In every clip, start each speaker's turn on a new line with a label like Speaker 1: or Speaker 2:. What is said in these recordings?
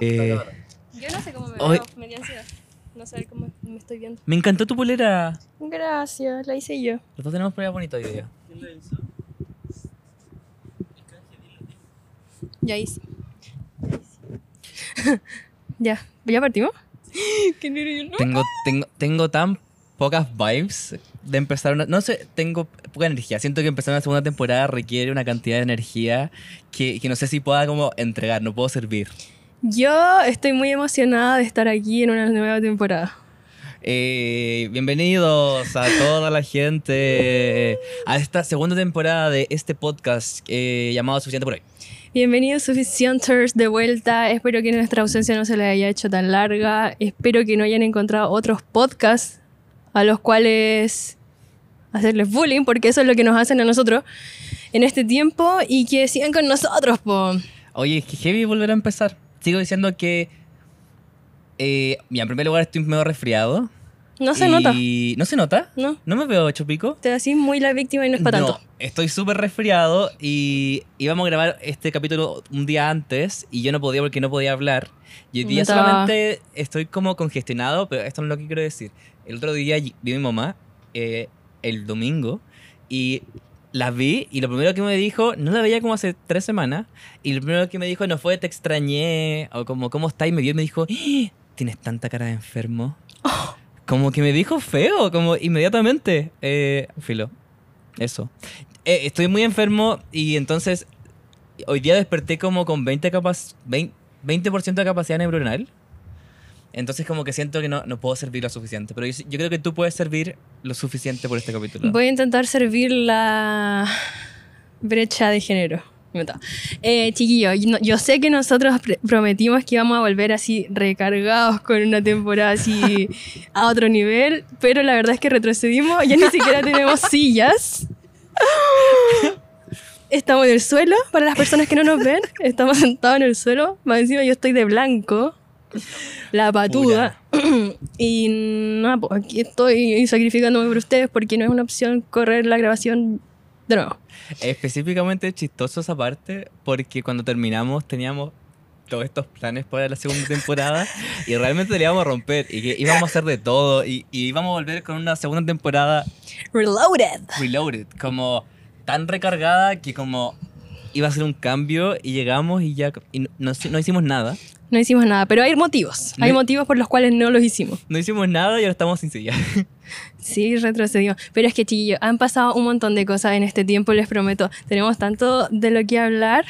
Speaker 1: Eh,
Speaker 2: Yo no sé cómo me
Speaker 1: Hoy-
Speaker 2: veo, me dio ansiedad. No sé cómo me estoy viendo.
Speaker 1: me encantó tu polera.
Speaker 2: Gracias, la hice yo.
Speaker 1: Los dos tenemos poleras bonitas hoy día.
Speaker 2: Ya hice. ya, ¿ya partimos? ¿Qué nervio yo no?
Speaker 1: Tengo, tengo, tengo tan pocas vibes de empezar una... No sé, tengo poca energía. Siento que empezar una segunda temporada requiere una cantidad de energía que, que no sé si pueda como entregar, no puedo servir.
Speaker 2: Yo estoy muy emocionada de estar aquí en una nueva temporada.
Speaker 1: Eh, bienvenidos a toda la gente a esta segunda temporada de este podcast eh, llamado Suficiente por hoy.
Speaker 2: Bienvenidos Suficienters de vuelta. Espero que nuestra ausencia no se les haya hecho tan larga. Espero que no hayan encontrado otros podcasts a los cuales hacerles bullying, porque eso es lo que nos hacen a nosotros en este tiempo y que sigan con nosotros, po.
Speaker 1: Oye, es que heavy volver a empezar. Sigo diciendo que... Eh, mira, en primer lugar estoy medio resfriado.
Speaker 2: No se
Speaker 1: y-
Speaker 2: nota,
Speaker 1: ¿No se nota?
Speaker 2: ¿no?
Speaker 1: ¿No me veo hecho pico?
Speaker 2: Te decís muy la víctima y no es para tanto.
Speaker 1: estoy súper resfriado y íbamos a grabar este capítulo un día antes y yo no podía porque no podía hablar. Y hoy día
Speaker 2: Neta.
Speaker 1: solamente estoy como congestionado, pero esto no es lo que quiero decir. El otro día vi a mi mamá, eh, el domingo, y la vi y lo primero que me dijo, no la veía como hace tres semanas, y lo primero que me dijo no fue te extrañé o como cómo está y me vio y me dijo, "Ah, tienes tanta cara de enfermo. Como que me dijo feo, como inmediatamente. Eh, filo, eso. Eh, estoy muy enfermo y entonces hoy día desperté como con 20%, capac- 20, 20 de capacidad neuronal. Entonces como que siento que no, no puedo servir lo suficiente. Pero yo, yo creo que tú puedes servir lo suficiente por este capítulo.
Speaker 2: Voy a intentar servir la brecha de género. Inventado. Eh, chiquillo, yo, no- yo sé que nosotros pre- prometimos que íbamos a volver así recargados con una temporada así a otro nivel, pero la verdad es que retrocedimos, ya ni siquiera tenemos sillas. Estamos en el suelo, para las personas que no nos ven, estamos sentados en el suelo, más encima yo estoy de blanco, la patuda. Y nada, pues aquí estoy sacrificándome por ustedes porque no es una opción correr la grabación de nuevo.
Speaker 1: Específicamente chistoso esa parte porque cuando terminamos teníamos todos estos planes para la segunda temporada y realmente le íbamos a romper y que íbamos a hacer de todo y, y íbamos a volver con una segunda temporada
Speaker 2: Reloaded.
Speaker 1: reloaded, como tan recargada que como iba a ser un cambio y llegamos y ya y no, no hici- no hicimos nada.
Speaker 2: No hicimos nada, pero hay motivos. Hay
Speaker 1: No-
Speaker 2: motivos por los cuales no los hicimos.
Speaker 1: No hicimos nada y ahora estamos sin silla.
Speaker 2: Sí, retrocedimos. Pero es que, chiquillos, han pasado un montón de cosas en este tiempo, les prometo. Tenemos tanto de lo que hablar,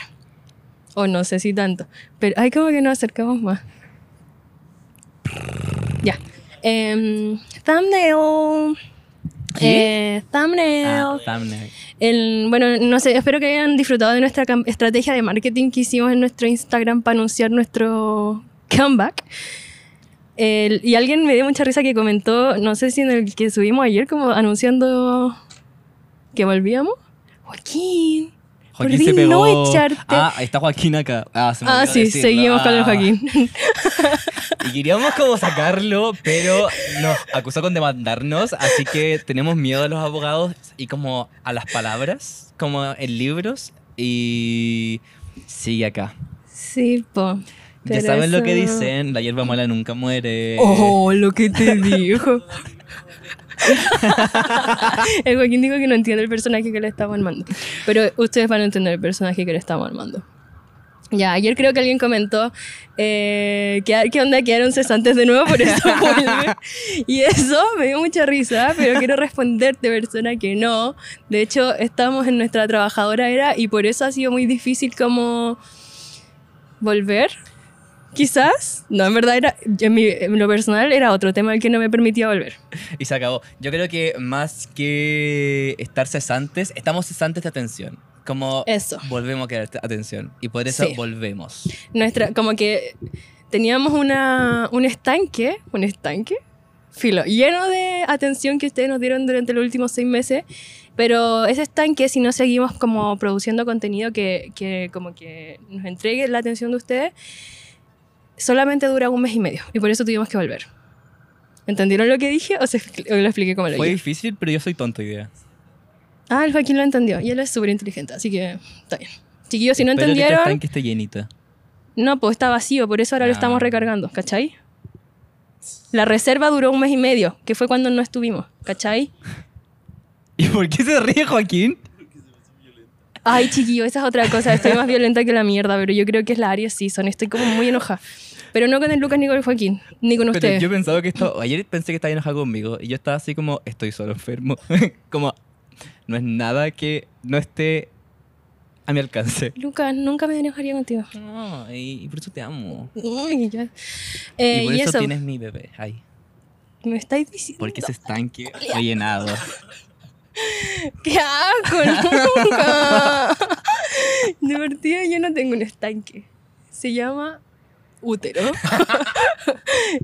Speaker 2: o no sé si tanto, pero hay como que nos acercamos más. Ya. Em, thumbnail. Eh, thumbnail.
Speaker 1: Ah, thumbnail.
Speaker 2: El- bueno, no sé, espero que hayan disfrutado de nuestra cam- estrategia de marketing que hicimos en nuestro Instagram para anunciar nuestro comeback. El- y alguien me dio mucha risa que comentó, no sé si en el que subimos ayer, como anunciando que volvíamos. Joaquín.
Speaker 1: Joaquín
Speaker 2: Perdí
Speaker 1: se pegó.
Speaker 2: no echarte.
Speaker 1: Ah, está Joaquín acá. Ah, se me
Speaker 2: Ah,
Speaker 1: olvidó
Speaker 2: sí,
Speaker 1: decirlo.
Speaker 2: seguimos con el
Speaker 1: Ah.
Speaker 2: Joaquín.
Speaker 1: Y queríamos como sacarlo, pero nos acusó con demandarnos, así que tenemos miedo a los abogados y como a las palabras, como en libros, y sigue acá.
Speaker 2: sí, po.
Speaker 1: Ya
Speaker 2: Pero
Speaker 1: saben lo que
Speaker 2: eso-
Speaker 1: dicen, la hierba mala nunca muere.
Speaker 2: Oh, lo que te dijo. el Joaquín dijo que no entiende el personaje que le estamos armando. Pero ustedes van a entender el personaje que le estamos armando. Ya, ayer creo que alguien comentó eh, que qué onda quedaron cesantes de nuevo por eso vuelve. Y eso me dio mucha risa, pero quiero responderte, persona, que no. De hecho, estamos en nuestra trabajadora era y por eso ha sido muy difícil como volver. Quizás, no, en verdad era, en, mi- en lo personal era otro tema el que no me permitía volver.
Speaker 1: Y se acabó. Yo creo que más que estar cesantes, estamos cesantes de atención. Como
Speaker 2: Eso.
Speaker 1: volvemos a quedar atención. Y por eso
Speaker 2: Sí.
Speaker 1: volvemos.
Speaker 2: Nuestra, como que teníamos una, un estanque, un estanque, filo, lleno de atención que ustedes nos dieron durante los últimos seis meses, pero ese estanque, si no seguimos como produciendo contenido que, que como que nos entregue la atención de ustedes, solamente dura un mes y medio, y por eso tuvimos que volver. ¿Entendieron lo que dije o, se, o lo expliqué como lo
Speaker 1: Fue
Speaker 2: dije?
Speaker 1: difícil, pero yo soy tonto, idea.
Speaker 2: Ah, el Joaquín lo entendió. Y él es súper inteligente, así que está bien. Chiquillos, si no
Speaker 1: Espero que este
Speaker 2: entendieron,
Speaker 1: estanque esté llenito.
Speaker 2: No, pues está vacío, por eso ahora lo
Speaker 1: Ah.
Speaker 2: estamos recargando, ¿cachai? La reserva duró un mes y medio, que fue cuando no estuvimos, ¿cachai?
Speaker 1: ¿Y por qué se ríe Joaquín?
Speaker 2: Ay, chiquillo, esa es otra cosa. Estoy más violenta que la mierda, pero yo creo que es la Aries Season. Estoy como muy enojada. Pero no con el Lucas ni con el Joaquín, ni con
Speaker 1: Pero
Speaker 2: ustedes.
Speaker 1: yo pensaba que esto. Ayer pensé que estaba enojado conmigo y yo estaba así como, estoy solo enfermo. como, no es nada que no esté a mi alcance.
Speaker 2: Lucas, nunca me enojaría contigo.
Speaker 1: No, y, y por eso te amo.
Speaker 2: Ay, ya. Eh,
Speaker 1: y
Speaker 2: y,
Speaker 1: por eso,
Speaker 2: eso,
Speaker 1: tienes mi bebé. Ay,
Speaker 2: me estáis diciendo.
Speaker 1: porque ese estanque fue llenado.
Speaker 2: ¡Qué asco, nunca! De partida yo no tengo un estanque. Se llama útero.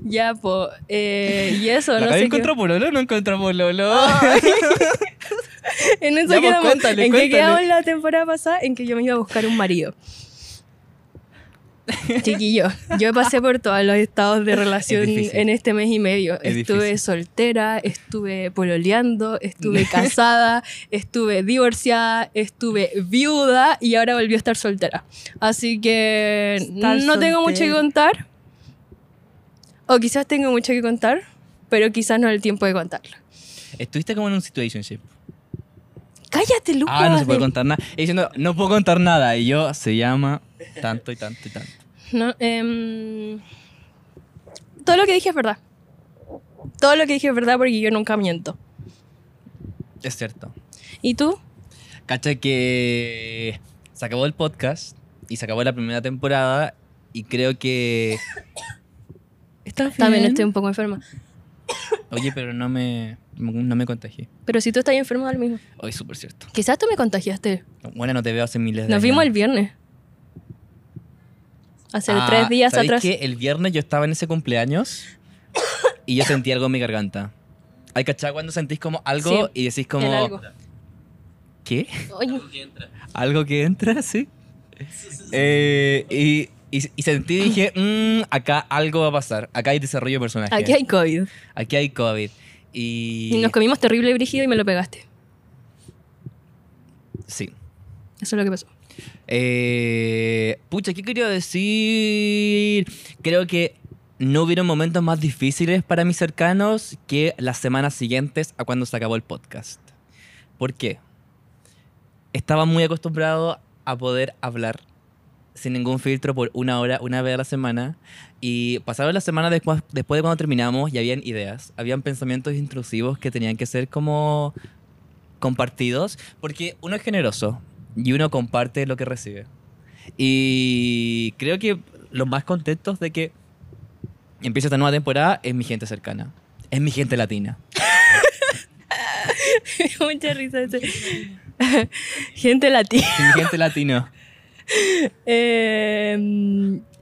Speaker 2: ya, po. eh, y eso,
Speaker 1: La
Speaker 2: no
Speaker 1: Gaby
Speaker 2: sé. qué- Oh.
Speaker 1: encontró pololo, no encontró pololo.
Speaker 2: En eso
Speaker 1: Ya, pues,
Speaker 2: quedamos.
Speaker 1: cuéntale, cuéntale.
Speaker 2: ¿En qué quedamos la temporada pasada? En que yo me iba a buscar un marido. Chiquillo, yo pasé por todos los estados de relación
Speaker 1: difícil.
Speaker 2: en este mes y medio.
Speaker 1: Es
Speaker 2: estuve
Speaker 1: difícil.
Speaker 2: soltera, estuve pololeando, estuve casada, estuve divorciada, estuve viuda y ahora volví a estar soltera. Así que
Speaker 1: Estar
Speaker 2: no tengo mucho que
Speaker 1: soltera.
Speaker 2: contar. O quizás tengo mucho que contar, pero quizás no es el tiempo de contarlo.
Speaker 1: Estuviste como en un situationship.
Speaker 2: Cállate, Lucas.
Speaker 1: Ah, no se puede
Speaker 2: de-
Speaker 1: contar nada. Y diciendo, no puedo contar nada. Y yo, se llama tanto y tanto y tanto.
Speaker 2: No, em, todo lo que dije es verdad. Todo lo que dije es verdad porque yo nunca miento.
Speaker 1: Es cierto.
Speaker 2: ¿Y tú?
Speaker 1: Cacha que se acabó el podcast y se acabó la primera temporada y creo que... ¿Estás
Speaker 2: También estoy un poco enferma.
Speaker 1: Oye, pero no me, no me contagié.
Speaker 2: Pero si tú estás enfermo, da lo mismo.
Speaker 1: Hoy súper cierto.
Speaker 2: Quizás tú me contagiaste.
Speaker 1: Bueno, no te veo hace miles de
Speaker 2: Nos
Speaker 1: años.
Speaker 2: vimos el viernes. Hace
Speaker 1: Ah,
Speaker 2: tres días
Speaker 1: ¿sabéis
Speaker 2: atrás.
Speaker 1: que el viernes yo estaba en ese cumpleaños y yo sentí algo en mi garganta. Ay, ¿cachai? Cuando sentís como algo
Speaker 2: Sí,
Speaker 1: y decís
Speaker 2: El
Speaker 1: como...
Speaker 2: algo.
Speaker 1: ¿Qué?
Speaker 2: Oye,
Speaker 1: Algo que entra, sí. Eh, y, y- y sentí, dije, "Mm, acá algo va a pasar. Acá hay desarrollo de personaje.
Speaker 2: aquí hay COVID.
Speaker 1: Aquí hay COVID. Y.
Speaker 2: Y nos comimos terrible brígido y me lo pegaste.
Speaker 1: Sí.
Speaker 2: Eso es lo que pasó.
Speaker 1: Eh, pucha, ¿qué quería decir? Creo que no hubieron momentos más difíciles para mis cercanos que las semanas siguientes a cuando se acabó el podcast. ¿Por qué? Estaba muy acostumbrado a poder hablar sin ningún filtro por una hora, una vez a la semana. Y pasaron las semanas después, después de cuando terminamos y habían ideas, habían pensamientos intrusivos que tenían que ser como compartidos, porque uno es generoso y uno comparte lo que recibe. Y creo que los más contentos de que empiece esta nueva temporada es mi gente cercana, es mi gente latina.
Speaker 2: Mucha risa ese. Gente latina.
Speaker 1: Es mi gente latino.
Speaker 2: Eh,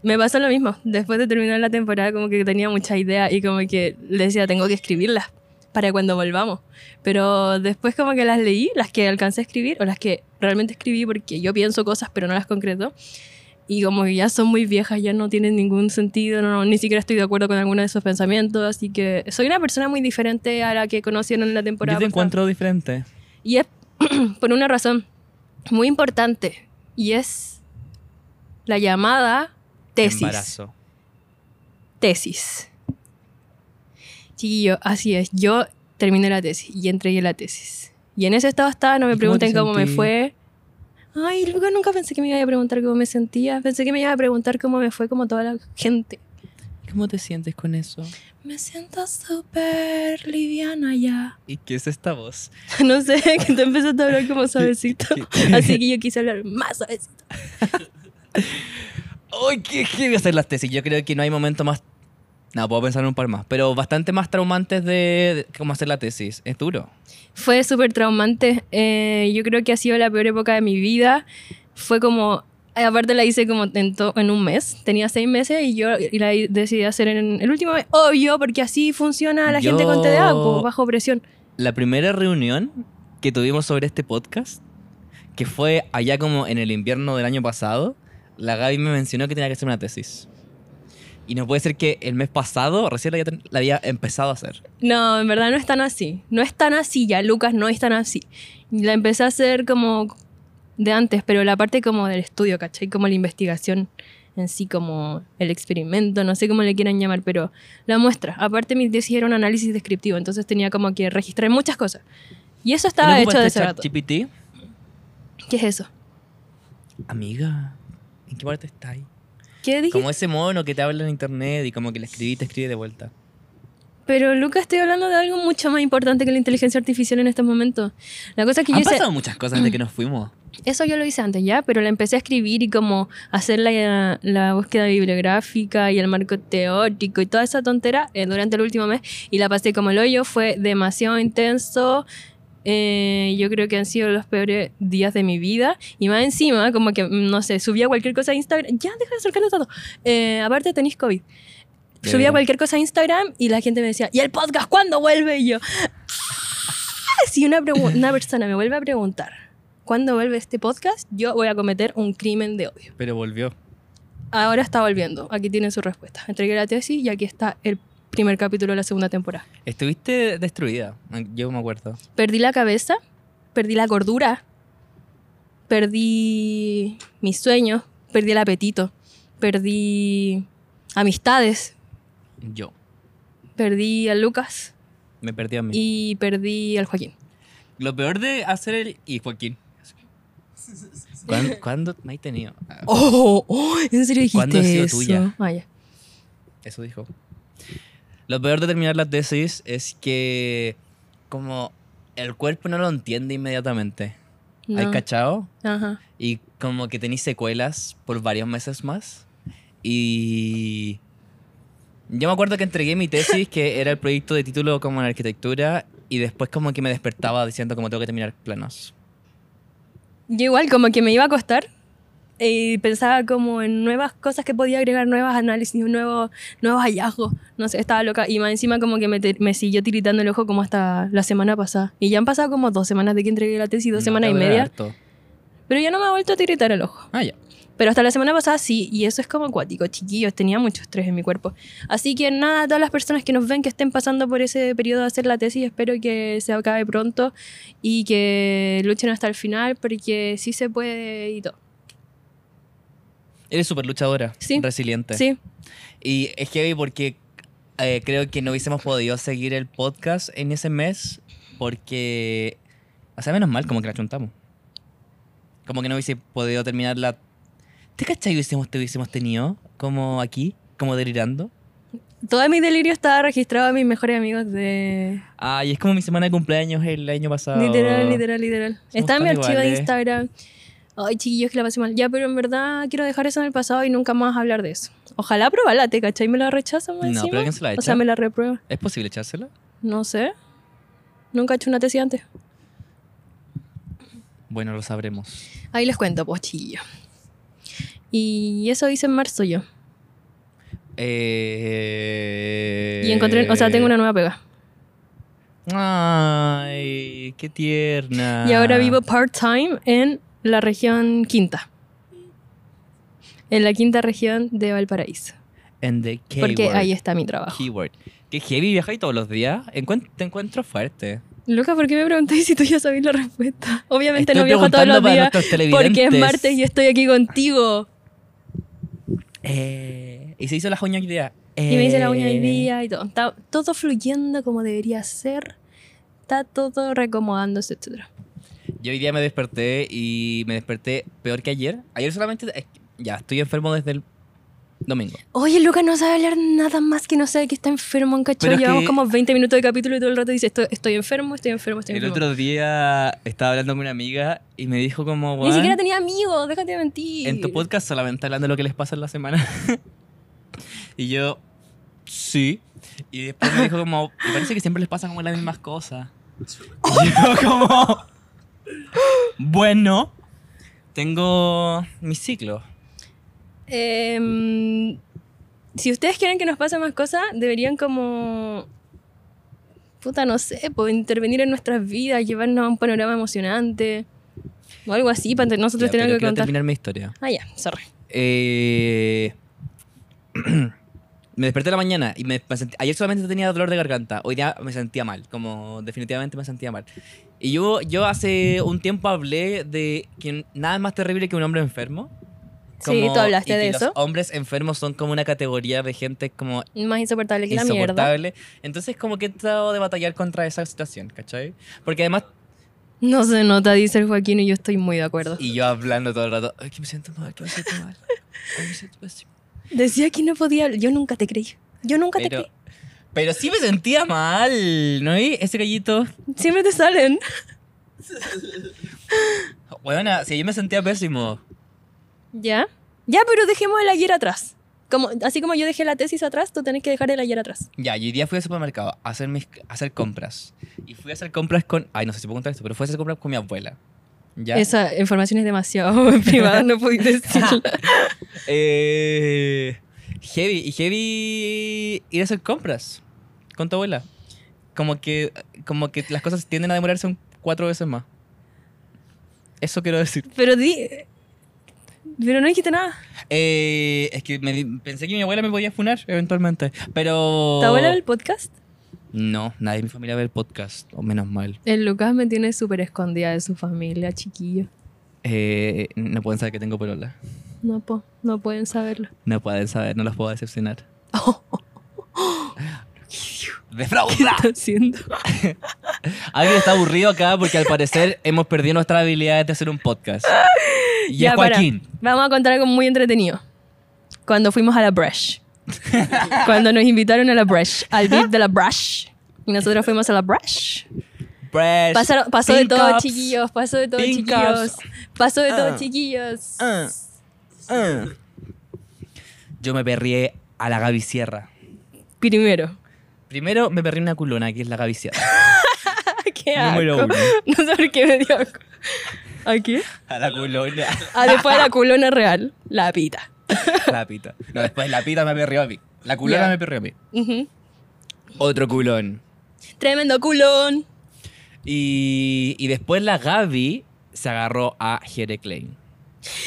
Speaker 2: me pasó lo mismo. Después de terminar la temporada, como que tenía mucha idea y como que decía, tengo que escribirlas para cuando volvamos. Pero después como que las leí, las que alcancé a escribir o las que realmente escribí porque yo pienso cosas pero no las concreto. Y como que ya son muy viejas, ya no tienen ningún sentido, no, ni siquiera estoy de acuerdo con alguno de esos pensamientos. Así que soy una persona muy diferente a la que conocieron en la temporada.
Speaker 1: Yo te
Speaker 2: pasada.
Speaker 1: encuentro diferente.
Speaker 2: Y es por una razón muy importante. Y es la llamada tesis.
Speaker 1: Embarazo.
Speaker 2: Tesis. Chiquillo, así es. Yo terminé la tesis y entregué la tesis. Y en ese estado estaba, no
Speaker 1: ¿Y
Speaker 2: me
Speaker 1: cómo
Speaker 2: pregunten
Speaker 1: te
Speaker 2: cómo, me
Speaker 1: sentí?
Speaker 2: fue. Ay, Luca, nunca pensé que me iba a preguntar cómo me sentía. Pensé que me iba a preguntar cómo me fue, como toda la gente.
Speaker 1: ¿Cómo te sientes con eso?
Speaker 2: Me siento súper liviana ya.
Speaker 1: ¿Y qué es esta voz?
Speaker 2: No sé, que te empezaste a hablar como suavecito.
Speaker 1: ¿Qué- qué-
Speaker 2: Así que yo quise hablar más suavecito.
Speaker 1: ¡Ay, qué heavy hacer las tesis! Yo creo que no hay momento más... No, puedo pensar en un par más, pero bastante más traumantes de, de cómo hacer la tesis. Es duro.
Speaker 2: Fue súper traumante. Eh, yo creo que ha sido la peor época de mi vida. Fue como. Aparte la hice como en, to- en un mes. Tenía seis meses y yo y la hi- decidí hacer en el último mes. Obvio, porque así funciona la gente con
Speaker 1: Yo-
Speaker 2: TDA, po, bajo presión.
Speaker 1: la primera reunión que tuvimos sobre este podcast, que fue allá como en el invierno del año pasado, la Gaby me mencionó que tenía que hacer una tesis. Y no puede ser que el mes pasado recién la había, ten- la había empezado a hacer.
Speaker 2: No, en verdad no es tan así. No es tan así ya, Lucas, no es tan así. La empecé a hacer como de antes, pero la parte como del estudio, ¿cachai? Como la investigación. en sí como el experimento, no sé cómo le quieran llamar, pero la muestra. Aparte mi tesis era un análisis descriptivo, entonces tenía como que registrar muchas cosas. Y eso estaba
Speaker 1: ¿Y no
Speaker 2: hecho de
Speaker 1: ocupaste
Speaker 2: ese rato.
Speaker 1: ChatGPT?
Speaker 2: ¿Qué es eso?
Speaker 1: Amiga, ¿en qué parte está ahí?
Speaker 2: ¿Qué dije?
Speaker 1: Como ese mono que te habla en internet y como que le escribí y te escribe de vuelta.
Speaker 2: Pero Lucas, estoy hablando de algo mucho más importante que la inteligencia artificial en estos momentos. La cosa es que yo
Speaker 1: Han
Speaker 2: hice,
Speaker 1: pasado muchas cosas desde que nos fuimos.
Speaker 2: eso yo lo hice antes ya, pero la empecé a escribir y como hacer la, la búsqueda bibliográfica y el marco teórico y toda esa tontera eh, durante el último mes y la pasé como el hoyo, fue demasiado intenso. Eh, yo creo que han sido los peores días de mi vida. Y más encima, como que, mm, no sé, subía cualquier cosa a Instagram. Ya, deja de acercarnos tanto. Eh, aparte, tenéis COVID.
Speaker 1: De
Speaker 2: Subía
Speaker 1: verdad.
Speaker 2: cualquier cosa a Instagram y la gente me decía, ¿y el podcast cuándo vuelve? Y yo, "Ah, si una, pregu- una persona me vuelve a preguntar, ¿cuándo vuelve este podcast? Yo voy a cometer un crimen de odio.
Speaker 1: Pero volvió.
Speaker 2: Ahora está volviendo. Aquí tienen su respuesta. Entregué la tesis y aquí está el primer capítulo de la segunda temporada.
Speaker 1: Estuviste destruida, yo me acuerdo.
Speaker 2: Perdí la cabeza, perdí la cordura, perdí mis sueños, perdí el apetito, perdí amistades,
Speaker 1: Yo.
Speaker 2: perdí a Lucas
Speaker 1: Me perdí a mí.
Speaker 2: y perdí al Joaquín.
Speaker 1: Lo peor de hacer el... Y Joaquín. ¿Cuándo, cuándo me he tenido? Ah,
Speaker 2: Oh, oh, ¿en serio dijiste
Speaker 1: ¿Cuándo ha sido
Speaker 2: eso?
Speaker 1: tuya?
Speaker 2: Ah, ya.
Speaker 1: Eso dijo. Lo peor de terminar la tesis es que como el cuerpo no lo entiende inmediatamente. ¿Hay
Speaker 2: No.
Speaker 1: cachao?
Speaker 2: Ajá.
Speaker 1: Y como que tenéis secuelas por varios meses más. Y. Yo me acuerdo que entregué mi tesis, que era el proyecto de título como en arquitectura, y después como que me despertaba diciendo como tengo que terminar planos.
Speaker 2: Yo igual, como que me iba a costar y pensaba como en nuevas cosas que podía agregar, nuevos análisis, nuevos, nuevos hallazgos. No sé, estaba loca. Y más encima como que me, te- me siguió tiritando el ojo como hasta la semana pasada. Y ya han pasado como dos semanas de que entregué la tesis, dos
Speaker 1: No,
Speaker 2: semanas y
Speaker 1: te voy a
Speaker 2: media.
Speaker 1: harto.
Speaker 2: Pero ya no me ha vuelto a tiritar el ojo.
Speaker 1: Ah, ya.
Speaker 2: Pero hasta la semana pasada sí, y eso es como acuático, chiquillos, tenía mucho estrés en mi cuerpo. Así que nada, todas las personas que nos ven que estén pasando por ese periodo de hacer la tesis, espero que se acabe pronto y que luchen hasta el final, porque sí se puede y todo.
Speaker 1: Eres súper luchadora,
Speaker 2: Sí.
Speaker 1: resiliente.
Speaker 2: Sí,
Speaker 1: Y es heavy porque eh, creo que no hubiésemos podido seguir el podcast en ese mes porque... O sea, menos mal, como que la chuntamos. Como que no hubiese podido terminar la... ¿Te cachai hubiésemos, te hubiésemos tenido como aquí, como delirando?
Speaker 2: todo mi delirio estaba registrado a mis mejores amigos de...
Speaker 1: Ay, es como mi semana de cumpleaños el año pasado.
Speaker 2: Literal, literal, literal. Está en mi
Speaker 1: tan
Speaker 2: archivo de
Speaker 1: iguales.
Speaker 2: Instagram. Ay, chiquillos, que la pasé mal. Ya, pero en verdad quiero dejar eso en el pasado y nunca más hablar de eso. Ojalá probalate, ¿cachai? Me la rechazan más
Speaker 1: No,
Speaker 2: encima.
Speaker 1: pero ¿quién se la
Speaker 2: o sea,
Speaker 1: echa?
Speaker 2: me la reprueba.
Speaker 1: ¿Es posible echársela?
Speaker 2: No sé. Nunca he hecho una tesis antes.
Speaker 1: Bueno, lo sabremos.
Speaker 2: Ahí les cuento, pochillo. Y eso hice en marzo yo.
Speaker 1: Eh...
Speaker 2: Y encontré, o sea, tengo una nueva pega.
Speaker 1: Ay, qué tierna.
Speaker 2: Y ahora vivo part-time en la región quinta. En la quinta región de Valparaíso.
Speaker 1: En the K
Speaker 2: Porque
Speaker 1: word.
Speaker 2: ahí está mi trabajo.
Speaker 1: Keyword. Que heavy viajáis todos los días. Encuent- te encuentro fuerte.
Speaker 2: Lucas, ¿por qué me preguntáis si tú ya sabías la respuesta? Obviamente
Speaker 1: Estoy
Speaker 2: no viajo todos
Speaker 1: preguntando
Speaker 2: los
Speaker 1: para
Speaker 2: días
Speaker 1: nuestros televidentes.
Speaker 2: porque es martes y estoy aquí contigo.
Speaker 1: Eh, y se hizo la uña hoy día.
Speaker 2: Y me hice la
Speaker 1: Eh,
Speaker 2: uña hoy día y todo. Está todo fluyendo como debería ser. Está todo recomodándose, etcétera.
Speaker 1: Yo hoy día me desperté y me desperté peor que ayer. Ayer solamente. es que ya, estoy enfermo desde el domingo.
Speaker 2: Oye, Lucas no sabe hablar nada más que no sabe que está enfermo en
Speaker 1: Pero
Speaker 2: cachorro.
Speaker 1: es
Speaker 2: Llevamos
Speaker 1: que-
Speaker 2: como 20 minutos de capítulo y todo el rato dice: Estoy, estoy enfermo, estoy enfermo, estoy
Speaker 1: El
Speaker 2: enfermo.
Speaker 1: otro día estaba hablando con una amiga y me dijo como.
Speaker 2: Ni
Speaker 1: "Juan,
Speaker 2: siquiera tenía amigos, déjate de mentir.
Speaker 1: En tu podcast solamente hablando de lo que les pasa en la semana. y yo, sí. Y después me dijo como, me parece que siempre les pasan como las mismas cosas. Y yo como, bueno, tengo mi ciclo.
Speaker 2: Em, si ustedes quieren que nos pase más cosas, deberían como. Puta, no sé, po, intervenir en nuestras vidas, llevarnos a un panorama emocionante o algo así para entre nosotros
Speaker 1: Ya,
Speaker 2: tener
Speaker 1: pero
Speaker 2: algo que
Speaker 1: quiero
Speaker 2: contar.
Speaker 1: terminar mi historia.
Speaker 2: Ah, ya, sorry.
Speaker 1: Eh, me desperté en la mañana y me, me sentí- ayer solamente tenía dolor de garganta. Hoy día me sentía mal, como definitivamente me sentía mal. Y yo, yo hace un tiempo hablé de que nada es más terrible que un hombre enfermo.
Speaker 2: Sí, tú hablaste
Speaker 1: y que
Speaker 2: de eso.
Speaker 1: Los hombres enfermos son como una categoría de gente como
Speaker 2: Más insoportable que la mierda.
Speaker 1: insoportable. Entonces, como que he tratado de batallar contra esa situación, ¿cachai? Porque además,
Speaker 2: No se nota, dice el Joaquín, y yo estoy muy de acuerdo.
Speaker 1: y yo hablando todo el rato, ay, que me siento mal, que me siento mal. Ay, me siento pésimo".
Speaker 2: Decía que no podía hablar. Yo nunca te creí. Yo nunca te
Speaker 1: Pero,
Speaker 2: creí.
Speaker 1: pero sí me sentía mal, ¿no? Y ese gallito.
Speaker 2: Siempre te salen.
Speaker 1: Bueno, si yo me sentía pésimo.
Speaker 2: ¿Ya? Ya, pero dejemos el ayer atrás. Como, así como yo dejé la tesis atrás, tú tenés que dejar el ayer atrás.
Speaker 1: Ya, yo hoy día fui al supermercado a hacer, mis, a hacer compras. Y fui a hacer compras con. Ay, no sé si puedo contar esto, pero fui a hacer compras con mi abuela. ¿Ya?
Speaker 2: Esa información es demasiado privada, no pudiste decirla.
Speaker 1: Eh, heavy, y heavy ir a hacer compras con tu abuela. Como que, como que las cosas tienden a demorarse un cuatro veces más. Eso quiero decir.
Speaker 2: Pero di... Pero no dijiste nada.
Speaker 1: Eh, es que me di- pensé que mi abuela me podía funar eventualmente, pero...
Speaker 2: ¿Tu abuela del podcast?
Speaker 1: No, nadie de mi familia ve el podcast, o menos mal.
Speaker 2: El Lucas me tiene súper escondida de su familia, chiquillo.
Speaker 1: Eh, no pueden saber que tengo polola.
Speaker 2: No, po, no pueden saberlo.
Speaker 1: No pueden saber, no los puedo decepcionar. ¡Defrauda!
Speaker 2: Está haciendo?
Speaker 1: Alguien está aburrido acá porque al parecer hemos perdido nuestra habilidad de hacer un podcast. Y es
Speaker 2: para.
Speaker 1: Joaquín.
Speaker 2: Vamos a contar algo muy entretenido. Cuando fuimos a la Brush. Cuando nos invitaron a la Brush, al beat de la Brush. Y nosotros fuimos a la Brush.
Speaker 1: Fresh,
Speaker 2: Pasaron- pasó de
Speaker 1: Pink
Speaker 2: todo,
Speaker 1: Ups.
Speaker 2: chiquillos. Pasó de todo,
Speaker 1: Pink
Speaker 2: chiquillos.
Speaker 1: ups.
Speaker 2: Pasó de todo,
Speaker 1: Ah.
Speaker 2: chiquillos.
Speaker 1: Ah. Ah. Yo me perrié a la Gaby Sierra.
Speaker 2: Primero.
Speaker 1: Primero me perrié una culona, que es la Gaby Sierra.
Speaker 2: ¿Qué
Speaker 1: Ah, Número
Speaker 2: asco.
Speaker 1: uno.
Speaker 2: No sé por qué me dio asco. ¿A qué?
Speaker 1: A la culona.
Speaker 2: Ah, después de la culona real, la pita.
Speaker 1: La pita. No, después la pita me perrió a mí. La culona
Speaker 2: Ya.
Speaker 1: me perrió a mí.
Speaker 2: Ujú.
Speaker 1: Otro culón.
Speaker 2: Tremendo culón.
Speaker 1: Y, y después la Gaby se agarró a Jere Klein.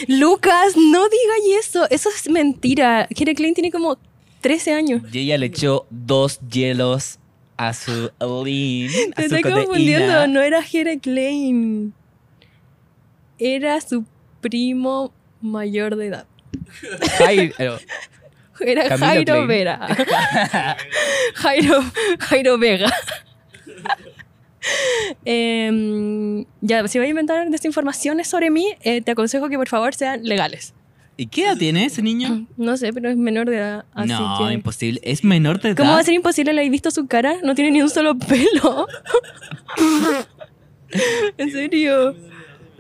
Speaker 2: Lucas, no digas eso. Eso es mentira. Kira Klein tiene como 13 años.
Speaker 1: Y ella le echó dos hielos a su lean. a
Speaker 2: Te
Speaker 1: su
Speaker 2: estoy
Speaker 1: proteína.
Speaker 2: confundiendo, no era Jere Klein. Era su primo mayor de edad.
Speaker 1: Jairo.
Speaker 2: Era
Speaker 1: Camilo
Speaker 2: Jairo
Speaker 1: Klein.
Speaker 2: Vera. Jairo, Jairo Vega. Em, ya, si voy a inventar desinformaciones sobre mí, eh, te aconsejo que por favor sean legales.
Speaker 1: ¿Y qué edad tiene ese niño?
Speaker 2: No sé, pero es menor de edad. Así
Speaker 1: no,
Speaker 2: que...
Speaker 1: imposible. Es menor de edad.
Speaker 2: ¿Cómo va a ser imposible? ¿Le he visto su cara? No tiene ni un solo pelo. en serio.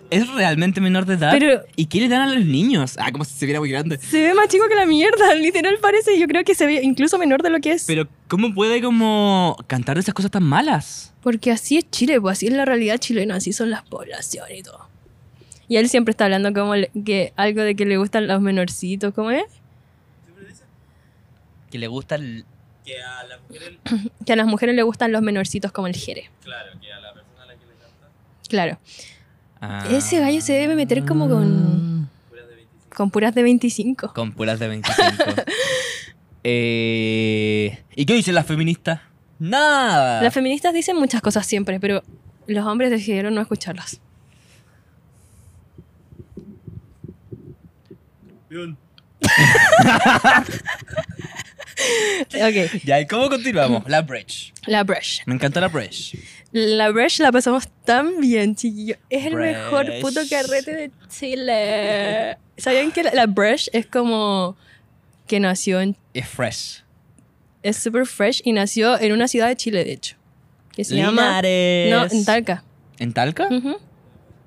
Speaker 1: Es realmente menor de edad.
Speaker 2: Pero-
Speaker 1: ¿Y qué le dan a los niños? Ah, como si se viera muy grande.
Speaker 2: Se ve más chico que la mierda. Literal parece. Yo creo que se ve incluso menor de lo que es.
Speaker 1: Pero, ¿cómo puede como cantar de esas cosas tan malas?
Speaker 2: Porque así es Chile, pues así es la realidad chilena. Así son las poblaciones y todo. Y él siempre está hablando como le- que algo de que le gustan los menorcitos. ¿Cómo es?
Speaker 1: Que le gusta el...
Speaker 3: que a la mujer,
Speaker 2: Que a las mujeres le gustan los menorcitos como el jere.
Speaker 3: claro, que a la persona a la que le canta,
Speaker 2: Claro.
Speaker 1: Ah.
Speaker 2: Ese gallo se debe meter como con-
Speaker 3: fuera de 25.
Speaker 2: Con puras de 25.
Speaker 1: Mm. Con puras de 25. Eh, ¿Y qué dicen las feministas?
Speaker 3: Ah.
Speaker 1: Nada.
Speaker 2: Las feministas dicen muchas cosas siempre, pero los hombres decidieron no escucharlas.
Speaker 3: Bien.
Speaker 2: Ok,
Speaker 1: ya, ¿y cómo continuamos? La Bridge.
Speaker 2: la brush.
Speaker 1: Me encanta la Bridge.
Speaker 2: La brush la pasamos tan bien, chiquillo. Es el
Speaker 1: Brush.
Speaker 2: mejor puto carrete de Chile. ¿Sabían que la, la brush es como que nació en...
Speaker 1: Es fresh.
Speaker 2: Es super fresh y nació en una ciudad de Chile, de hecho. Que se llama... No,
Speaker 1: Linares.
Speaker 2: en Talca.
Speaker 1: ¿En Talca?
Speaker 2: Ujú.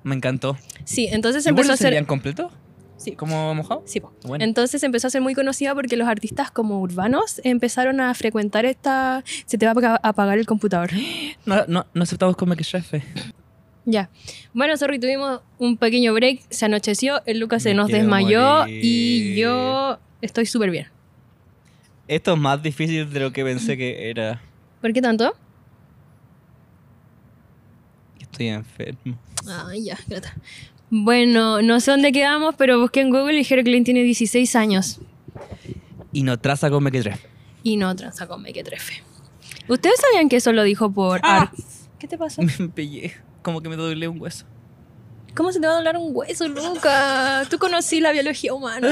Speaker 1: Me encantó.
Speaker 2: Sí, entonces
Speaker 1: ¿Y
Speaker 2: empezó a
Speaker 1: se
Speaker 2: ser...
Speaker 1: en completo?
Speaker 2: Sí.
Speaker 1: ¿Como mojado?
Speaker 2: Sí, po.
Speaker 1: Bueno.
Speaker 2: Entonces empezó a ser muy conocida porque los artistas como urbanos empezaron a frecuentar esta... Se te va a apaga- a apagar el computador.
Speaker 1: No, no, no aceptamos con McChefe.
Speaker 2: Ya. Bueno, sorry, tuvimos un pequeño break, se anocheció, el Lucas se
Speaker 1: Me
Speaker 2: nos
Speaker 1: quiero
Speaker 2: desmayó
Speaker 1: morir.
Speaker 2: y yo estoy súper bien.
Speaker 1: Esto es más difícil de lo que pensé que era.
Speaker 2: ¿Por qué tanto?
Speaker 1: Estoy enfermo.
Speaker 2: Ay, Ah, ya, grata. Bueno, no sé dónde quedamos, pero busqué en Google y Hero Klein tiene 16 años
Speaker 1: Y no traza con McChefe.
Speaker 2: y no transa con Meque Trefe. ¿Ustedes sabían que eso lo dijo por...
Speaker 1: Ah.
Speaker 2: Ar- ¿Qué te pasó?
Speaker 1: Me pellé. Como que me doblé un hueso.
Speaker 2: ¿Cómo se te va a doblar un hueso, Luca? Tú conocí la biología humana.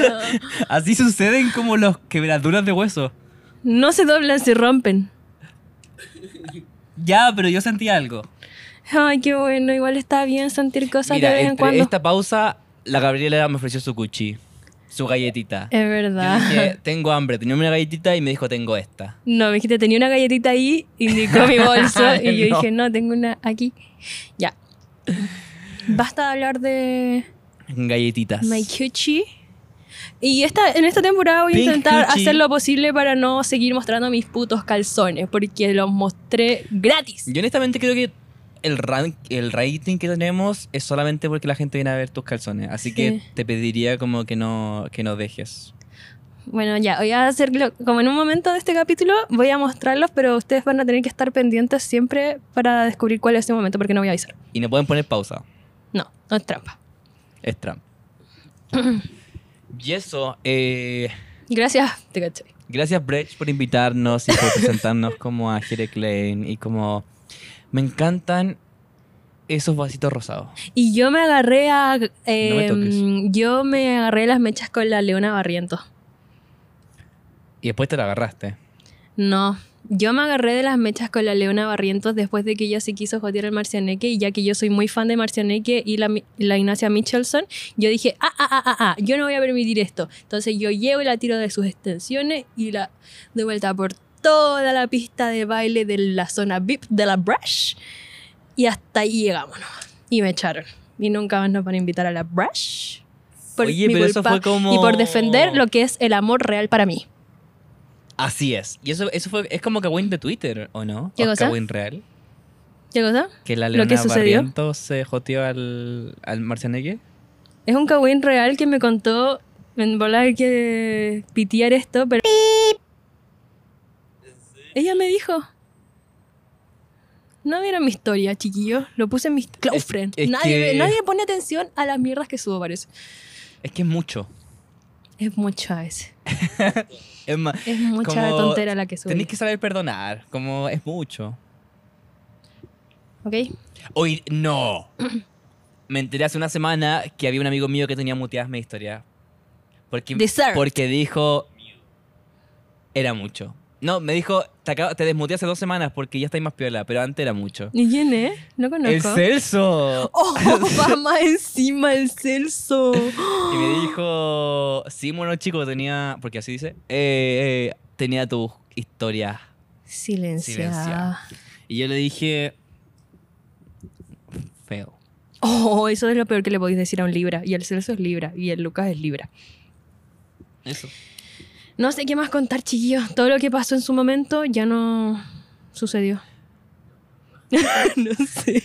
Speaker 1: Así suceden como los quebraduras de hueso.
Speaker 2: No se doblan, se rompen.
Speaker 1: Ya, pero yo sentí algo.
Speaker 2: Ay, qué bueno. Igual está bien sentir cosas
Speaker 1: Mira,
Speaker 2: de vez en
Speaker 1: entre
Speaker 2: cuando.
Speaker 1: esta pausa, la Gabriela me ofreció su cuchi, su galletita.
Speaker 2: Es
Speaker 1: Yo
Speaker 2: verdad.
Speaker 1: dije, tengo hambre, tenía una galletita y me dijo, tengo esta.
Speaker 2: No, me dijiste, tenía una galletita ahí, indicó mi bolso y yo
Speaker 1: No.
Speaker 2: dije, no, tengo una aquí. Ya. Basta de hablar de
Speaker 1: Galletitas.
Speaker 2: My Cuchi. Y esta, en esta temporada voy a
Speaker 1: Pink
Speaker 2: intentar
Speaker 1: Cuchi.
Speaker 2: hacer lo posible para no seguir mostrando mis putos calzones, porque los mostré gratis.
Speaker 1: Yo honestamente creo que el, rank, el rating que tenemos es solamente porque la gente viene a ver tus calzones. Así que
Speaker 2: Sí.
Speaker 1: te pediría como que no, que no dejes.
Speaker 2: Bueno, ya, voy a hacerlo. Como en un momento de este capítulo, voy a mostrarlos, pero ustedes van a tener que estar pendientes siempre para descubrir cuál es ese momento, porque no voy a avisar.
Speaker 1: Y no pueden poner pausa.
Speaker 2: No, no es trampa.
Speaker 1: Es trampa. y eso, eh,
Speaker 2: Gracias, te caché.
Speaker 1: gracias Brecht por invitarnos y por presentarnos como a Jere Klein y como... Me encantan esos vasitos rosados.
Speaker 2: Y yo me agarré a. eh,
Speaker 1: toques.
Speaker 2: yo me agarré las mechas con la Leona Barrientos.
Speaker 1: Y después te la agarraste.
Speaker 2: No. Yo me agarré de las mechas con la Leona Barrientos después de que ella se quiso jotear al Marcianeque y ya que yo soy muy fan de Marcianeque y la, Mi- la Ignacia Michelson, yo dije, ah, ah, ah, ah, ah, yo no voy a permitir esto. Entonces yo llevo y la tiro de sus extensiones y la de vuelta por toda la pista de baile de la zona VIP de la Brush y hasta ahí llegamos. nomás. Y me echaron. Y nunca más nos van a invitar a la Brush por
Speaker 1: Oye,
Speaker 2: mi
Speaker 1: pero eso
Speaker 2: culpa
Speaker 1: fue como-
Speaker 2: y por defender lo que es el amor real para mí.
Speaker 1: Así es. Y eso, eso fue, es como Kawin de Twitter, ¿o no?
Speaker 2: ¿Qué
Speaker 1: O
Speaker 2: cosa?
Speaker 1: Kawin real.
Speaker 2: ¿Qué cosa?
Speaker 1: Que la
Speaker 2: ¿Lo
Speaker 1: Leona
Speaker 2: que sucedió?
Speaker 1: Barrientos se joteó al, al Marcianeque.
Speaker 2: Es un cagüín real que me contó. En volar hay que pitear esto, pero. Ella me dijo. No vieron mi historia, chiquillos. Lo puse en mis close
Speaker 1: Es-
Speaker 2: friends.
Speaker 1: es
Speaker 2: nadie, ve-
Speaker 1: que-
Speaker 2: nadie pone atención a las mierdas que subo, parece.
Speaker 1: Es que es mucho.
Speaker 2: Es mucha a veces.
Speaker 1: Es más,
Speaker 2: Es mucha
Speaker 1: Como-
Speaker 2: tontera la que subo.
Speaker 1: tenéis que saber perdonar. Como es mucho.
Speaker 2: ¿Ok?
Speaker 1: Hoy no. Me enteré hace una semana que había un amigo mío que tenía muteadas mi historia. Porque,
Speaker 2: Deserved.
Speaker 1: porque dijo. Era mucho. No, me dijo, te, acabo- te desmuteé hace dos semanas porque ya estáis más piola, pero antes era mucho.
Speaker 2: ¿Y quién es? No
Speaker 1: ¡El
Speaker 2: conozco.
Speaker 1: Celso!
Speaker 2: ¡Oh, va más encima el Celso!
Speaker 1: Y me dijo, sí, bueno, chico, tenía, porque así dice, eh, eh, tenía tus historias.
Speaker 2: Silencia.
Speaker 1: Silencia. Y yo le dije, feo.
Speaker 2: Oh, eso es lo peor que le podéis decir a un Libra. Y el Celso es Libra. Y el Lucas es Libra.
Speaker 1: Eso.
Speaker 2: No sé qué más contar, chiquillos. Todo lo que pasó en su momento ya no sucedió. no sé.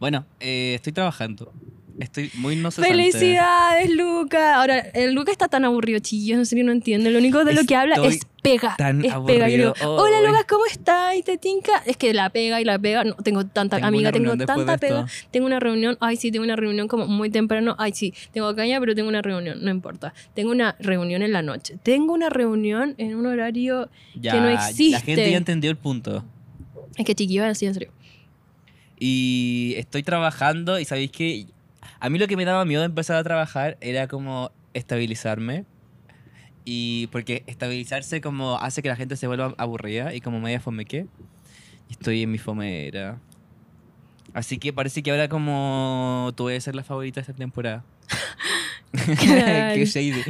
Speaker 1: Bueno, eh, estoy trabajando. Estoy muy no cesante.
Speaker 2: ¡Felicidades, Luca! Ahora, el Luca está tan aburrido, chiquillos. En serio, no entiendo. Lo único de lo que habla
Speaker 1: Estoy
Speaker 2: es pega.
Speaker 1: tan
Speaker 2: es pega. Yo le digo,
Speaker 1: aburrido.
Speaker 2: Hola,
Speaker 1: Ay.
Speaker 2: Lucas, ¿cómo estás? ¿Y te tinca? Es que la pega y la pega. No, tengo tanta
Speaker 1: Tengo
Speaker 2: amiga,
Speaker 1: una
Speaker 2: tengo
Speaker 1: reunión después
Speaker 2: tanta
Speaker 1: de
Speaker 2: pega.
Speaker 1: esto.
Speaker 2: Tengo una reunión. Ay, sí, tengo una reunión como muy temprano. Ay, sí, tengo caña, pero tengo una reunión. No importa. Tengo una reunión en la noche. Tengo una reunión en un horario.
Speaker 1: Ya,
Speaker 2: que no
Speaker 1: La gente
Speaker 2: existe.
Speaker 1: ya entendió el punto.
Speaker 2: Es que, chiquillos, así en serio.
Speaker 1: Y estoy trabajando y sabéis que a mí lo que me daba miedo de empezar a trabajar era como estabilizarme. Y porque estabilizarse como hace que la gente se vuelva aburrida y como media fomeque. Y estoy en mi fomera. Así que parece que ahora como tú debes ser la favorita de esta temporada. Qué shady.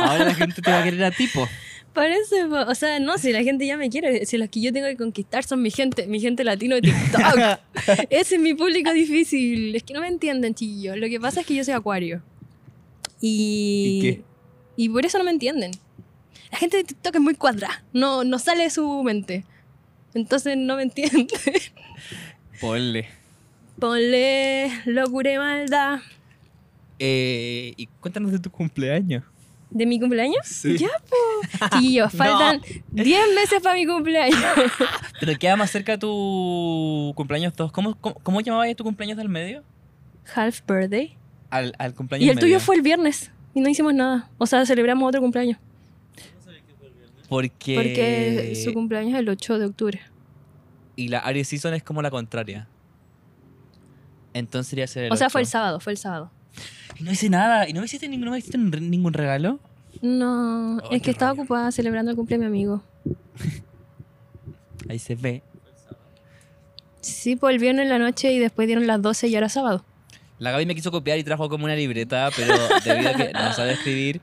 Speaker 1: Ahora la gente te va a querer a tipo.
Speaker 2: Parece, po- o sea, no, si la gente ya me quiere, si los que yo tengo que conquistar son mi gente, mi gente latino de TikTok. Ese es mi público difícil. Es que no me entienden, chiquillos. Lo que pasa es que yo soy acuario. Y.
Speaker 1: ¿Y qué?
Speaker 2: y por eso no me entienden. La gente de TikTok es muy cuadrada, no, no sale de su mente. Entonces no me entienden.
Speaker 1: Ponle.
Speaker 2: Ponle locura y maldad.
Speaker 1: Eh, y cuéntanos de tu cumpleaños.
Speaker 2: ¿De mi cumpleaños?
Speaker 1: Sí.
Speaker 2: Ya, po. Chiquillos, faltan 10 meses para mi cumpleaños.
Speaker 1: Pero queda más cerca tu cumpleaños 2. ¿Cómo, cómo, cómo llamabas tu cumpleaños del medio?
Speaker 2: Half birthday.
Speaker 1: Al, al cumpleaños
Speaker 2: Y el
Speaker 1: medio.
Speaker 2: tuyo fue el viernes y no hicimos nada. O sea, celebramos otro cumpleaños.
Speaker 1: Porque.
Speaker 2: Porque su cumpleaños es el 8 de octubre.
Speaker 1: Y la Aries Season es como la contraria. Entonces sería ser el
Speaker 2: O sea, fue el
Speaker 1: ocho.
Speaker 2: sábado, fue el sábado.
Speaker 1: Y no hice nada. ¿Y no me hiciste ningún, no me hiciste un- ningún regalo?
Speaker 2: No,
Speaker 1: Ay,
Speaker 2: es
Speaker 1: Oh, qué
Speaker 2: que estaba
Speaker 1: rabia.
Speaker 2: ocupada celebrando el cumpleaños de mi amigo.
Speaker 1: Ahí se ve.
Speaker 2: Sí, pues el viernes en la noche y después dieron las 12 y ahora es sábado.
Speaker 1: La Gaby me quiso copiar y trajo como una libreta, pero debido a que no sabe escribir,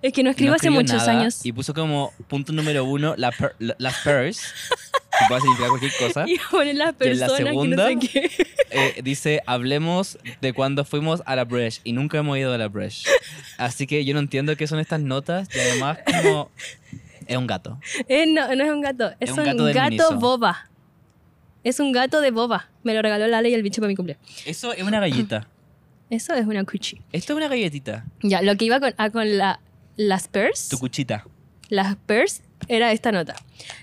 Speaker 2: Es que no escribo
Speaker 1: no
Speaker 2: hace
Speaker 1: escribió
Speaker 2: muchos
Speaker 1: nada,
Speaker 2: años.
Speaker 1: Y puso como punto número uno la per- la- las pers, que puede significar cualquier cosa.
Speaker 2: Y ponen las
Speaker 1: Y en la
Speaker 2: personas
Speaker 1: segunda-
Speaker 2: que no sé qué.
Speaker 1: Eh, dice, hablemos de cuando fuimos a la Bresh y nunca hemos ido a la Bresh. Así que yo no entiendo qué son estas notas y además como... Es un gato.
Speaker 2: Eh, no, no es un gato. Es
Speaker 1: un
Speaker 2: un,
Speaker 1: gato
Speaker 2: gato,
Speaker 1: del Miniso.
Speaker 2: boba. Es un gato de boba. Me lo regaló Lale y el bicho para mi cumpleaños.
Speaker 1: Eso es una galleta.
Speaker 2: Eso es una cuchi.
Speaker 1: Esto es una galletita.
Speaker 2: Ya, lo que iba con, a con la, las pers.
Speaker 1: Tu cuchita.
Speaker 2: Las pers era esta nota.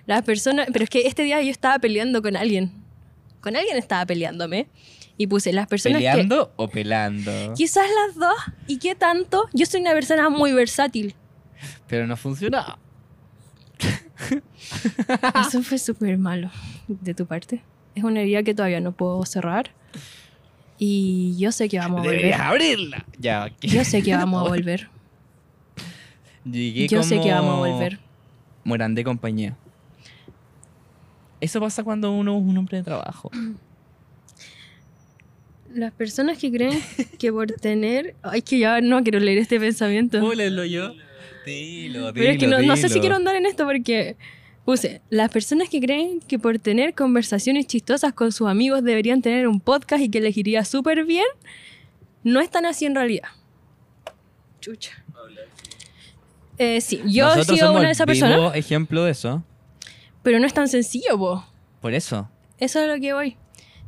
Speaker 2: Las personas. Pero es que este día yo estaba peleando con alguien. Con alguien estaba peleándome. Y puse las personas que.
Speaker 1: ¿Peleando o pelando?
Speaker 2: Quizás las dos. ¿Y qué tanto? Yo soy una persona muy versátil.
Speaker 1: Pero no funciona.
Speaker 2: Eso fue súper malo de tu parte. Es una herida que todavía no puedo cerrar. Y yo sé que vamos a volver.
Speaker 1: Deberías abrirla. Ya, ok.
Speaker 2: Yo sé que vamos a volver.
Speaker 1: Llegué
Speaker 2: Yo sé que
Speaker 1: como
Speaker 2: vamos a volver.
Speaker 1: Morán de compañía. Eso pasa cuando uno es un hombre de trabajo.
Speaker 2: Las personas que creen que por tener... Ay, que ya no quiero leer este pensamiento.
Speaker 1: Púlelo yo. Dilo, dilo.
Speaker 2: Pero es que no, no sé si
Speaker 1: dilo.
Speaker 2: quiero andar en esto porque puse, las personas que creen que por tener conversaciones chistosas con sus amigos deberían tener un podcast y que les iría súper bien, no están así en realidad. Chucha. Eh, sí, yo he
Speaker 1: Nosotros
Speaker 2: sido
Speaker 1: somos
Speaker 2: una de esas
Speaker 1: vivo
Speaker 2: personas,
Speaker 1: ejemplo de eso.
Speaker 2: pero no es tan sencillo, vos.
Speaker 1: Por eso.
Speaker 2: Eso es lo que voy.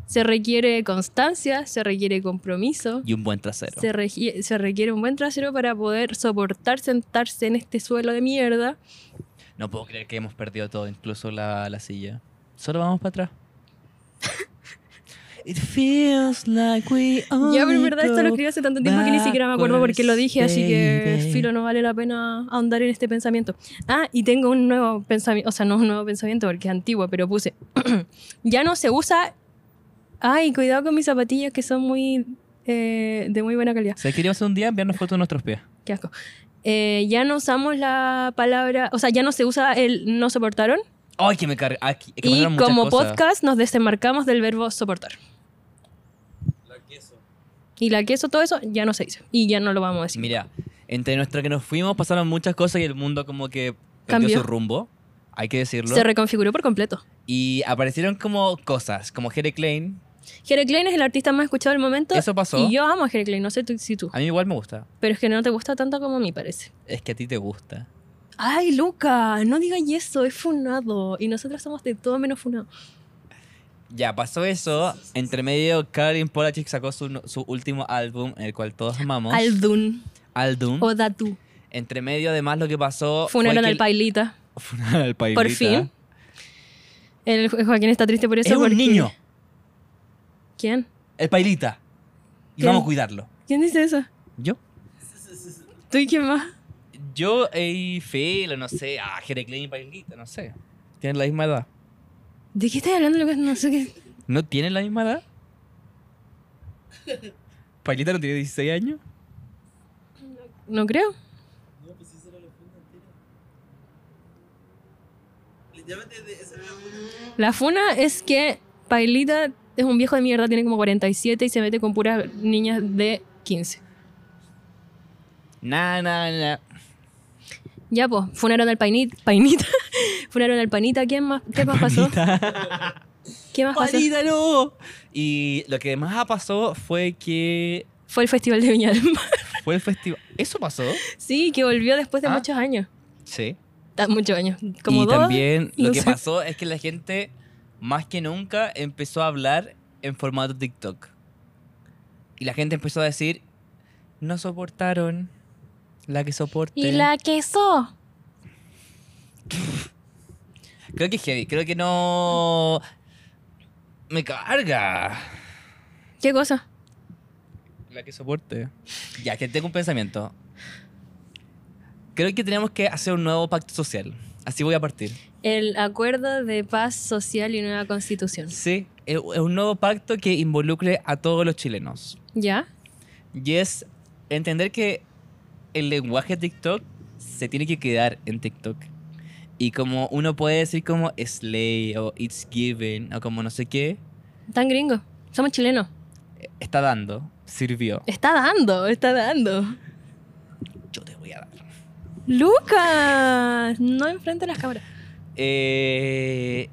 Speaker 2: Se requiere constancia, se requiere compromiso,
Speaker 1: Y un buen trasero.
Speaker 2: se, regi- se requiere un buen trasero para poder soportar sentarse en este suelo de mierda.
Speaker 1: No puedo creer que hemos perdido todo, incluso la, la silla. Solo vamos para atrás. It feels like we
Speaker 2: Ya, pero en
Speaker 1: only
Speaker 2: verdad esto lo
Speaker 1: go
Speaker 2: escribí hace tanto tiempo que ni siquiera me acuerdo por qué lo dije, así que
Speaker 1: backwards,
Speaker 2: filo, no vale la pena ahondar en este pensamiento. Ah, y tengo un nuevo pensamiento, o sea, no es un nuevo pensamiento porque es antiguo, pero puse, ya no se usa... Ay, cuidado con mis zapatillas que son muy... eh, de muy buena calidad.
Speaker 1: O sea, queríamos un día enviarnos fotos de nuestros pies.
Speaker 2: Qué asco. Eh, ya no usamos la palabra, o sea, ya no se usa el no soportaron.
Speaker 1: Ay, que me carga. ah, que- que me
Speaker 2: Y
Speaker 1: cargan muchas
Speaker 2: como
Speaker 1: cosas.
Speaker 2: podcast nos desenmarcamos del verbo soportar.
Speaker 3: La queso.
Speaker 2: Y la queso, todo eso, ya no se dice. Y ya no lo vamos a decir.
Speaker 1: Mira, entre nuestra que nos fuimos pasaron muchas cosas y el mundo como que cambió
Speaker 2: Cambió.
Speaker 1: su rumbo. Hay que decirlo.
Speaker 2: Se reconfiguró por completo.
Speaker 1: y aparecieron como cosas, como Jere Klein.
Speaker 2: Jere Klein es el artista más escuchado del momento.
Speaker 1: Eso pasó.
Speaker 2: Y yo amo a Jere Klein, no sé tú- si tú.
Speaker 1: A mí igual me gusta.
Speaker 2: Pero es que no te gusta tanto como a mí, parece.
Speaker 1: Es que a ti te gusta.
Speaker 2: Ay, Luca, no digas eso, es funado. Y nosotros somos de todo menos funado.
Speaker 1: Ya pasó eso. Entre medio, Karin Polachik sacó su, no- su último álbum, el cual todos amamos.
Speaker 2: Aldun
Speaker 1: Aldun.
Speaker 2: o Datu.
Speaker 1: Entre medio, además, lo que pasó. fue
Speaker 2: Funaron
Speaker 1: que
Speaker 2: al
Speaker 1: el-
Speaker 2: Pailita.
Speaker 1: Funaron al Oh, pailita.
Speaker 2: Por fin. El Jo- Joaquín está triste por eso.
Speaker 1: Es un
Speaker 2: porque-
Speaker 1: niño,
Speaker 2: ¿Quién?
Speaker 1: el pailita. Y
Speaker 2: ¿Quién?
Speaker 1: vamos a cuidarlo.
Speaker 2: ¿Quién dice eso?
Speaker 1: ¿Yo?
Speaker 2: ¿Tú y quién más?
Speaker 1: Yo, eh, Felo, no sé. Ah, Jere Klein y pailita, no sé. Tienen la misma edad.
Speaker 2: ¿De qué estás hablando, Lucas? No sé qué.
Speaker 1: ¿No tienen la misma edad? ¿Pailita no tiene 16 años?
Speaker 2: No creo.
Speaker 3: No, pues esa era la funda entera. Literalmente de- esa era la funda.
Speaker 2: La funa es que Pailita es un viejo de mierda, tiene como 47 y se mete con puras niñas de 15.
Speaker 1: Nah, nah, nah.
Speaker 2: Ya, pues, funaron al painit, painita. funaron al panita. ¿Quién más, ¿Qué más pasó? ¿Qué más pasó?
Speaker 1: ¡Pailita, no! Y lo que más pasó fue que
Speaker 2: Fue el Festival de Viña del Mar.
Speaker 1: fue el festival. ¿Eso pasó?
Speaker 2: Sí, que volvió después de
Speaker 1: Ah.
Speaker 2: muchos años.
Speaker 1: Sí.
Speaker 2: Ta- Muchos años. Como
Speaker 1: y
Speaker 2: dos.
Speaker 1: también lo
Speaker 2: no
Speaker 1: que
Speaker 2: sé.
Speaker 1: pasó es que la gente, más que nunca, empezó a hablar en formato TikTok. Y la gente empezó a decir, no soportaron la que soporte.
Speaker 2: Y la queso.
Speaker 1: Creo que es heavy, creo que no... Me carga.
Speaker 2: ¿Qué cosa?
Speaker 1: La que soporte. Ya, que tengo un pensamiento. Creo que tenemos que hacer un nuevo pacto social. Así voy a partir.
Speaker 2: El acuerdo de paz social y nueva constitución.
Speaker 1: Sí, eh, un nuevo pacto que involucre a todos los chilenos.
Speaker 2: ¿Ya?
Speaker 1: Y es entender que el lenguaje TikTok se tiene que quedar en TikTok. Y como uno puede decir como Slay o It's Given o como no sé qué,
Speaker 2: Tan gringo. Somos chilenos.
Speaker 1: está dando, sirvió.
Speaker 2: Está dando, está dando.
Speaker 1: Yo te voy a dar.
Speaker 2: Lucas, no enfrente las cámaras.
Speaker 1: Eh,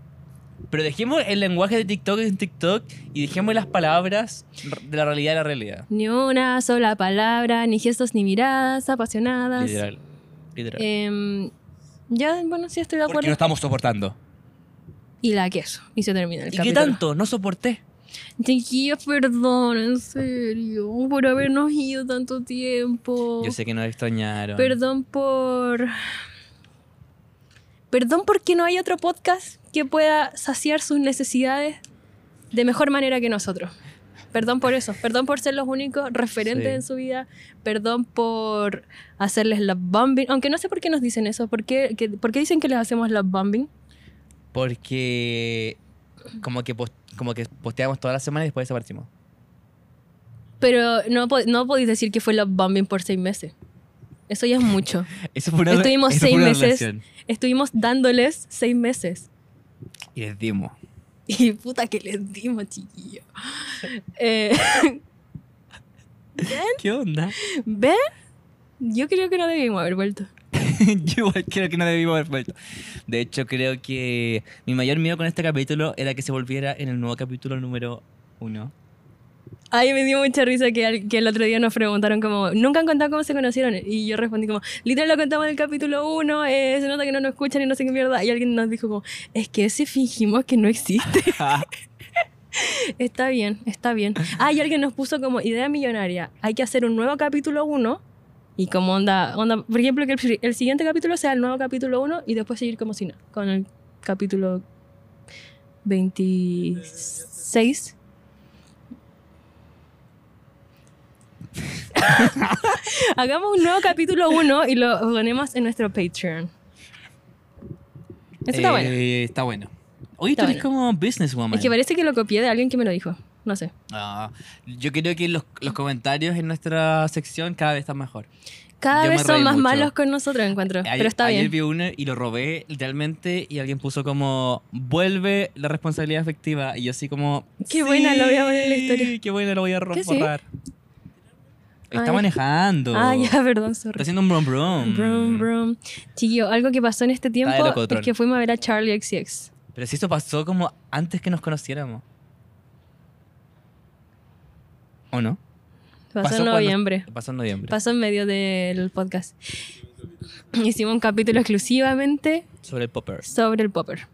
Speaker 1: pero dejemos el lenguaje de TikTok en TikTok y dejemos las palabras de la realidad a la realidad.
Speaker 2: Ni una sola palabra, ni gestos, ni miradas apasionadas.
Speaker 1: Literal. Literal.
Speaker 2: Em, ya, bueno, sí estoy de
Speaker 1: Porque
Speaker 2: acuerdo.
Speaker 1: no estamos soportando.
Speaker 2: Y la queso. Y se termina el
Speaker 1: ¿Y qué
Speaker 2: capítulo.
Speaker 1: tanto? No soporté.
Speaker 2: Chiquillos, perdón, en serio, por habernos ido tanto tiempo.
Speaker 1: Yo sé que nos extrañaron.
Speaker 2: Perdón por. Perdón porque no hay otro podcast que pueda saciar sus necesidades de mejor manera que nosotros. Perdón por eso. Perdón por ser los únicos referentes
Speaker 1: Sí.
Speaker 2: en su vida. Perdón por hacerles la bombing. Aunque no sé por qué nos dicen eso. ¿Por qué, que- por qué dicen que les hacemos la bombing?
Speaker 1: Porque como que pos- como que posteamos toda la semana y después desaparecimos.
Speaker 2: Pero no, po- no podéis decir que fue la bombing por seis meses. Eso ya es mucho.
Speaker 1: Eso fue una
Speaker 2: Estuvimos
Speaker 1: eso fue
Speaker 2: seis
Speaker 1: una
Speaker 2: meses.
Speaker 1: relación.
Speaker 2: Estuvimos dándoles seis meses.
Speaker 1: Y les dimos.
Speaker 2: Y puta que les dimos, chiquillo. Eh,
Speaker 1: ¿Qué onda?
Speaker 2: ¿Ven? Yo creo que no debimos haber vuelto.
Speaker 1: Yo igual creo que no debimos haber vuelto. De hecho, creo que mi mayor miedo con este capítulo era que se volviera en el nuevo capítulo número uno.
Speaker 2: Ay, me dio mucha risa que, al- que el otro día nos preguntaron como, ¿nunca han contado cómo se conocieron? Y yo respondí como, literal lo contamos en el capítulo 1, se nota que no nos escuchan y no sé qué mierda. Y alguien nos dijo como, es que ese fingimos que no existe. está bien, está bien. Ah, y alguien nos puso como idea millonaria, hay que hacer un nuevo capítulo 1 y como onda, onda, por ejemplo, que el, el siguiente capítulo sea el nuevo capítulo 1 y después seguir como si nada, con el capítulo 26. Hagamos un nuevo capítulo 1 y lo ponemos en nuestro Patreon. Eso está
Speaker 1: Eh,
Speaker 2: bueno.
Speaker 1: Está bueno. Oye,
Speaker 2: Está
Speaker 1: tú eres
Speaker 2: bueno.
Speaker 1: como businesswoman.
Speaker 2: Es que parece que lo copié de alguien que me lo dijo. No sé.
Speaker 1: Ah, yo creo que los, los comentarios en nuestra sección cada vez están mejor.
Speaker 2: Cada
Speaker 1: Yo me
Speaker 2: vez son
Speaker 1: reí
Speaker 2: más
Speaker 1: mucho.
Speaker 2: malos con nosotros, encuentro.
Speaker 1: Ayer,
Speaker 2: pero está
Speaker 1: ayer
Speaker 2: bien.
Speaker 1: vi uno y lo robé literalmente y alguien puso como vuelve la responsabilidad afectiva y yo así como
Speaker 2: Qué buena, lo voy a poner en la historia.
Speaker 1: "Sí, Qué buena, lo voy a ro-
Speaker 2: ¿Qué sí?
Speaker 1: borrar. Está
Speaker 2: Ay.
Speaker 1: manejando.
Speaker 2: Ah, ya, perdón,
Speaker 1: Está
Speaker 2: sorry.
Speaker 1: haciendo un brum brum.
Speaker 2: Brum, brum. Chiquillo, algo que pasó en este tiempo
Speaker 1: de loco,
Speaker 2: es
Speaker 1: Tron.
Speaker 2: que fuimos a ver a Charlie XCX.
Speaker 1: Pero si esto pasó como antes que nos conociéramos. ¿O no?
Speaker 2: Pasó, en
Speaker 1: cuando-
Speaker 2: noviembre.
Speaker 1: pasó en noviembre.
Speaker 2: Pasó en medio del podcast. Hicimos un capítulo exclusivamente
Speaker 1: sobre el popper.
Speaker 2: sobre el popper.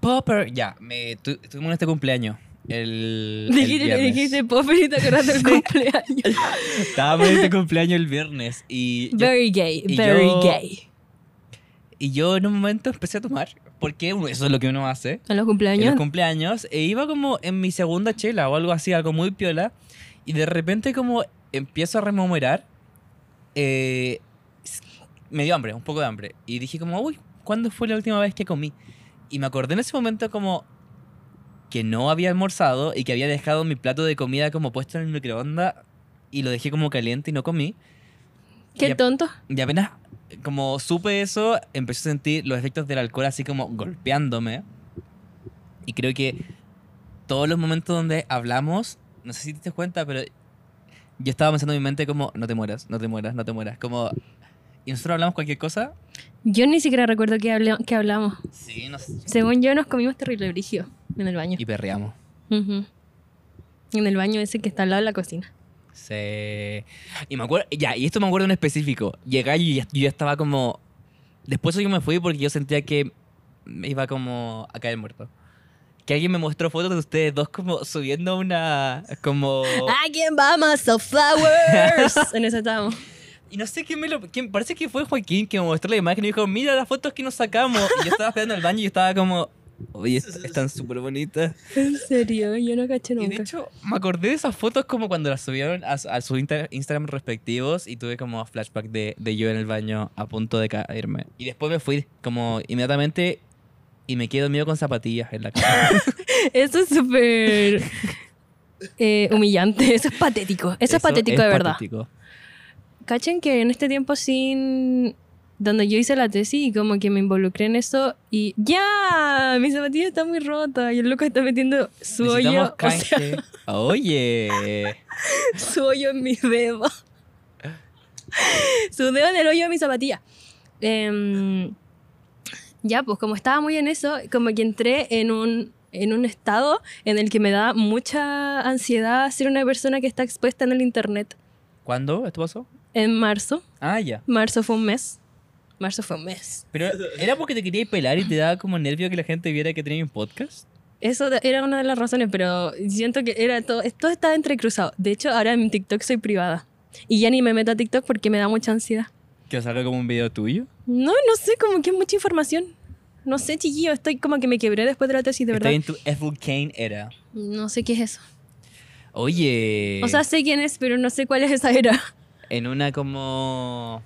Speaker 1: Popper, ya, me, tu- tuvimos este cumpleaños. El, el
Speaker 2: Dijiste, le
Speaker 1: viernes.
Speaker 2: dijiste popper y te acordaste del cumpleaños.
Speaker 1: Estábamos en este cumpleaños el viernes y yo,
Speaker 2: Very gay,
Speaker 1: y
Speaker 2: very
Speaker 1: yo-
Speaker 2: gay.
Speaker 1: y yo en un momento empecé a tomar, porque uno- eso es lo que uno hace
Speaker 2: En los
Speaker 1: en
Speaker 2: cumpleaños.
Speaker 1: los cumpleaños, e iba como en mi segunda chela o algo así, algo muy piola, y de repente como empiezo a rememorar, eh, s- me dio hambre, un poco de hambre, y dije como, uy, ¿cuándo fue la última vez que comí? Y me acordé en ese momento como que no había almorzado y que había dejado mi plato de comida como puesto en el microondas y lo dejé como caliente y no comí.
Speaker 2: Qué
Speaker 1: ya-
Speaker 2: tonto.
Speaker 1: Y apenas eh, como supe eso, empecé a sentir los efectos del alcohol así como golpeándome. Y creo que todos los momentos donde hablamos, no sé si te diste cuenta, pero yo estaba pensando en mi mente como, no te mueras, no te mueras, no te mueras. Como, y nosotros hablamos cualquier cosa.
Speaker 2: Yo ni siquiera recuerdo que, hablé- que hablamos.
Speaker 1: Sí, no sé.
Speaker 2: Según yo, nos comimos terrible brigio en el baño.
Speaker 1: Y perreamos.
Speaker 2: Ujú. En el baño ese que está al lado de la cocina.
Speaker 1: Sí. Y me acuerdo, ya, y esto me acuerdo en específico. Llegué y ya- yo ya estaba como. Después yo me fui porque yo sentía que me iba como a caer muerto. Que alguien me mostró fotos de ustedes dos como subiendo una. Como.
Speaker 2: Oh. Alguien va más a flowers. en eso estábamos.
Speaker 1: Y no sé quién me lo. quién- parece que fue Joaquín que me mostró la imagen y dijo: Mira las fotos que nos sacamos. Y yo estaba esperando al baño y yo estaba como. Oye, est- están súper bonitas.
Speaker 2: En serio, yo no caché
Speaker 1: Y de
Speaker 2: nunca.
Speaker 1: hecho, me acordé de esas fotos como cuando las subieron a, su- a sus inter- Instagram respectivos y tuve como flashback de, de yo en el baño a punto de caerme. Y después me fui como inmediatamente y me quedé dormido con zapatillas en la cama.
Speaker 2: Eso es súper eh, humillante. Eso es patético. Eso, es patético de verdad.
Speaker 1: patético.
Speaker 2: Cachen que en este tiempo sin... Donde yo hice la tesis y como que me involucré en eso y ¡ya! Mi zapatilla está muy rota y el loco está metiendo su
Speaker 1: Necesitamos
Speaker 2: hoyo, o sea,
Speaker 1: canje. Oye.
Speaker 2: su hoyo en mi dedo. su dedo en el hoyo de mi zapatilla. Em, ya, pues como estaba muy en eso, como que entré en un, en un estado en el que me da mucha ansiedad ser una persona que está expuesta en el Internet.
Speaker 1: ¿Cuándo esto pasó?
Speaker 2: En marzo,
Speaker 1: Ah, ya.
Speaker 2: marzo fue un mes. Marzo fue un mes.
Speaker 1: Pero era porque te querías pelar y te daba como nervio que la gente viera que tenías un podcast.
Speaker 2: Eso de- era una de las razones, pero siento que era todo, todo estaba entrecruzado. De hecho, ahora en TikTok soy privada. Y ya ni me meto a TikTok porque me da mucha ansiedad.
Speaker 1: Que salga como un video tuyo.
Speaker 2: No, no sé, como que es mucha información. No sé, chiquillo, estoy como que me quebré después de la tesis, de
Speaker 1: Está
Speaker 2: verdad.
Speaker 1: en tu Ethel Kane era.
Speaker 2: No sé qué es eso.
Speaker 1: Oye.
Speaker 2: O sea, sé quién es, pero no sé cuál es esa era.
Speaker 1: en una como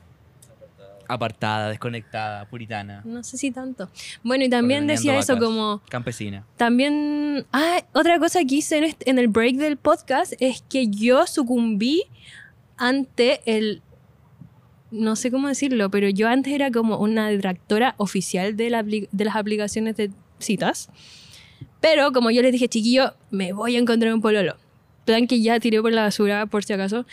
Speaker 1: apartada, desconectada, puritana,
Speaker 2: No sé si tanto. Bueno, y también
Speaker 1: Ordeñando
Speaker 2: decía eso
Speaker 1: vacas.
Speaker 2: como...
Speaker 1: campesina.
Speaker 2: También... Ah, otra cosa que hice en, este- en el break del podcast es que yo sucumbí ante el... No sé cómo decirlo, pero yo antes era como una detractora oficial de, la apli- de las aplicaciones de citas. Pero como yo les dije, chiquillo, me voy a encontrar un pololo. Plan que ya tiré por la basura, por si acaso.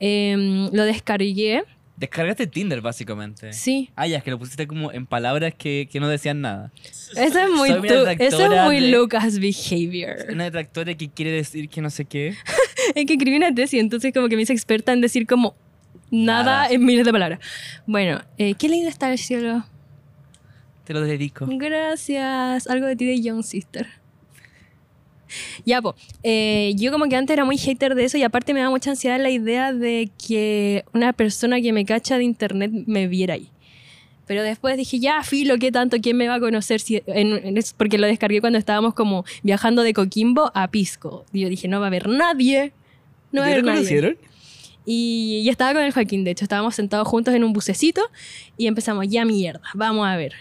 Speaker 2: Em, lo descargué.
Speaker 1: Descargaste Tinder básicamente.
Speaker 2: Sí.
Speaker 1: Ah, ya, es que lo pusiste como en palabras que, que no decían nada.
Speaker 2: Eso es muy,
Speaker 1: Soy una
Speaker 2: tu- eso es
Speaker 1: detractora
Speaker 2: muy
Speaker 1: de-
Speaker 2: Lucas behavior.
Speaker 1: Una detractora que quiere decir que no sé qué.
Speaker 2: Es que escribí una tesis, entonces como que me hice experta en decir como nada,
Speaker 1: Nada.
Speaker 2: en miles de palabras. Bueno, eh, qué lindo está el cielo.
Speaker 1: Te lo dedico.
Speaker 2: Gracias. Algo de ti de Young Sister. Ya, po. Eh, yo como que antes era muy hater de eso y aparte me da mucha ansiedad la idea de que una persona que me cacha de internet me viera ahí. Pero después dije, ya, filo, ¿qué tanto? ¿Quién me va a conocer? Si en- en- es porque lo descargué cuando estábamos como viajando de Coquimbo a Pisco. Y yo dije, no va a haber nadie. No va a
Speaker 1: ¿Te
Speaker 2: haber
Speaker 1: lo
Speaker 2: nadie.
Speaker 1: conocieron?
Speaker 2: Y, y estaba con el Joaquín, de hecho, estábamos sentados juntos en un bucecito y empezamos, ya mierda, vamos a ver.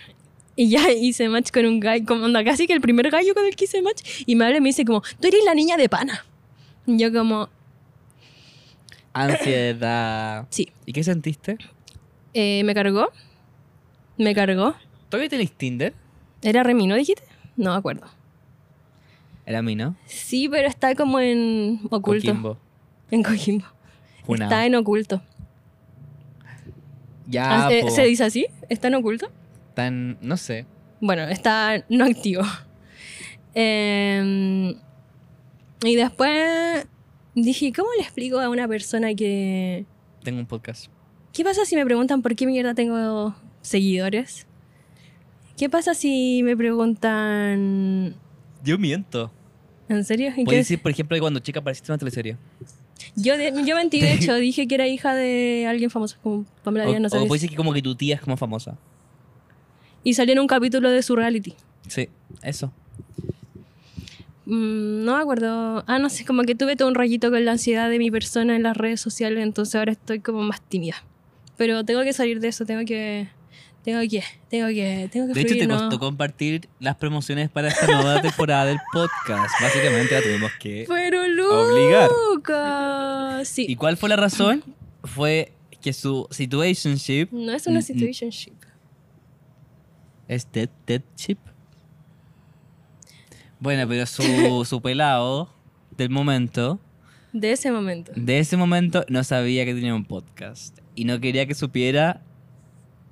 Speaker 2: Y ya hice match con un gallo, como onda, casi que el primer gallo con el que hice match, y me habla y me dice como, tú eres la niña de pana. Y yo como,
Speaker 1: Ansiedad.
Speaker 2: sí,
Speaker 1: ¿Y qué sentiste?
Speaker 2: Eh, me cargó, me cargó.
Speaker 1: ¿Todavía tenés Tinder?
Speaker 2: ¿Era Remino, dijiste? No me acuerdo.
Speaker 1: Era mí, ¿no?
Speaker 2: Sí, pero está como en oculto.
Speaker 1: Coquimbo.
Speaker 2: En Coquimbo.
Speaker 1: Junao.
Speaker 2: Está en oculto.
Speaker 1: Ya,
Speaker 2: Ah, eh,
Speaker 1: po.
Speaker 2: ¿Se dice así? ¿Está en oculto?
Speaker 1: Tan, no sé.
Speaker 2: Bueno, está no activo. Em, y después dije, ¿cómo le explico a una persona que...
Speaker 1: Tengo un podcast.
Speaker 2: ¿Qué pasa si me preguntan por qué mierda tengo seguidores? ¿Qué pasa si me preguntan...
Speaker 1: Yo miento.
Speaker 2: ¿En serio? ¿En
Speaker 1: Puedes
Speaker 2: qué-
Speaker 1: decir, por ejemplo, que cuando chica apareciste en una teleserie.
Speaker 2: Yo, de- yo mentí, de hecho, dije que era hija de alguien famoso, como Pamela
Speaker 1: O,
Speaker 2: Díaz, no sé.
Speaker 1: o puedes decir que como que tu tía es como famosa.
Speaker 2: Y salió en un capítulo de su reality.
Speaker 1: Sí, eso.
Speaker 2: Mm, No me acuerdo. Ah, no sé, como que tuve todo un rayito con la ansiedad de mi persona en las redes sociales, entonces ahora estoy como más tímida. Pero tengo que salir de eso, tengo que. Tengo que, tengo que, tengo que
Speaker 1: De hecho,
Speaker 2: fluir,
Speaker 1: te
Speaker 2: ¿no?
Speaker 1: costó compartir las promociones para esta nueva temporada del podcast. Básicamente la tuvimos que
Speaker 2: Pero
Speaker 1: obligar.
Speaker 2: Luca.
Speaker 1: ¿Y
Speaker 2: Sí.
Speaker 1: cuál fue la razón? Fue que su situationship
Speaker 2: No es una
Speaker 1: Mm, mm.
Speaker 2: situationship.
Speaker 1: es dead, dead ship. Bueno, pero su, su pelado del momento,
Speaker 2: De ese momento.
Speaker 1: de ese momento, no sabía que tenía un podcast. Y no quería que supiera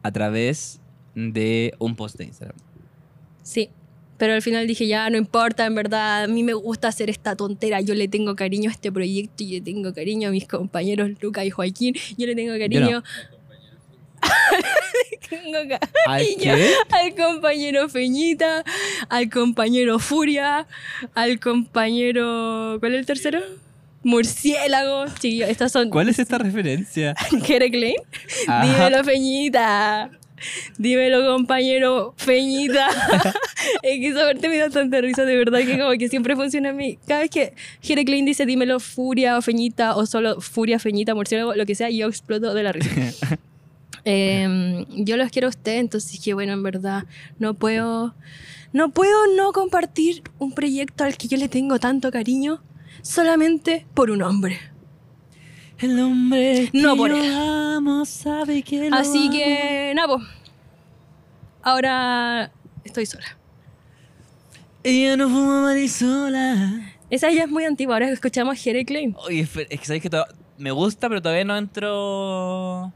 Speaker 1: a través de un post de Instagram.
Speaker 2: Sí. Pero al final dije, ya no importa, en verdad, a mí me gusta hacer esta tontera. Yo le tengo cariño a este proyecto, y yo le tengo cariño a mis compañeros Luca y Joaquín, yo le tengo cariño. Tengo ca-
Speaker 1: ¿Ay,
Speaker 2: Y ya.
Speaker 1: qué?
Speaker 2: al compañero Feñita, al compañero Furia, al compañero. ¿Cuál es el tercero? Murciélago. Chiquillo, estas son.
Speaker 1: ¿Cuál es esta referencia?
Speaker 2: ¿Jere Klein?
Speaker 1: Ah.
Speaker 2: Dímelo, Feñita. Dímelo, compañero Feñita. es que esa parte me da tanta risa, de verdad, que como que siempre funciona a mí. Cada vez que Jere Klein dice dímelo Furia o Feñita, o solo Furia, Feñita, Murciélago, lo que sea, yo exploto de la risa. Em, yo los quiero a ustedes, entonces dije, bueno, en verdad, no puedo, No puedo no compartir un proyecto al que yo le tengo tanto cariño solamente por un hombre.
Speaker 1: El hombre
Speaker 2: No por él.
Speaker 1: amo sabe que lo
Speaker 2: Así
Speaker 1: amo.
Speaker 2: que, Napo. Ahora estoy sola.
Speaker 1: Ella no fuma marisola.
Speaker 2: Esa ya es muy antigua, ahora escuchamos Jere Claim.
Speaker 1: Oye, esper- es que sabes que to- me gusta, pero todavía no entro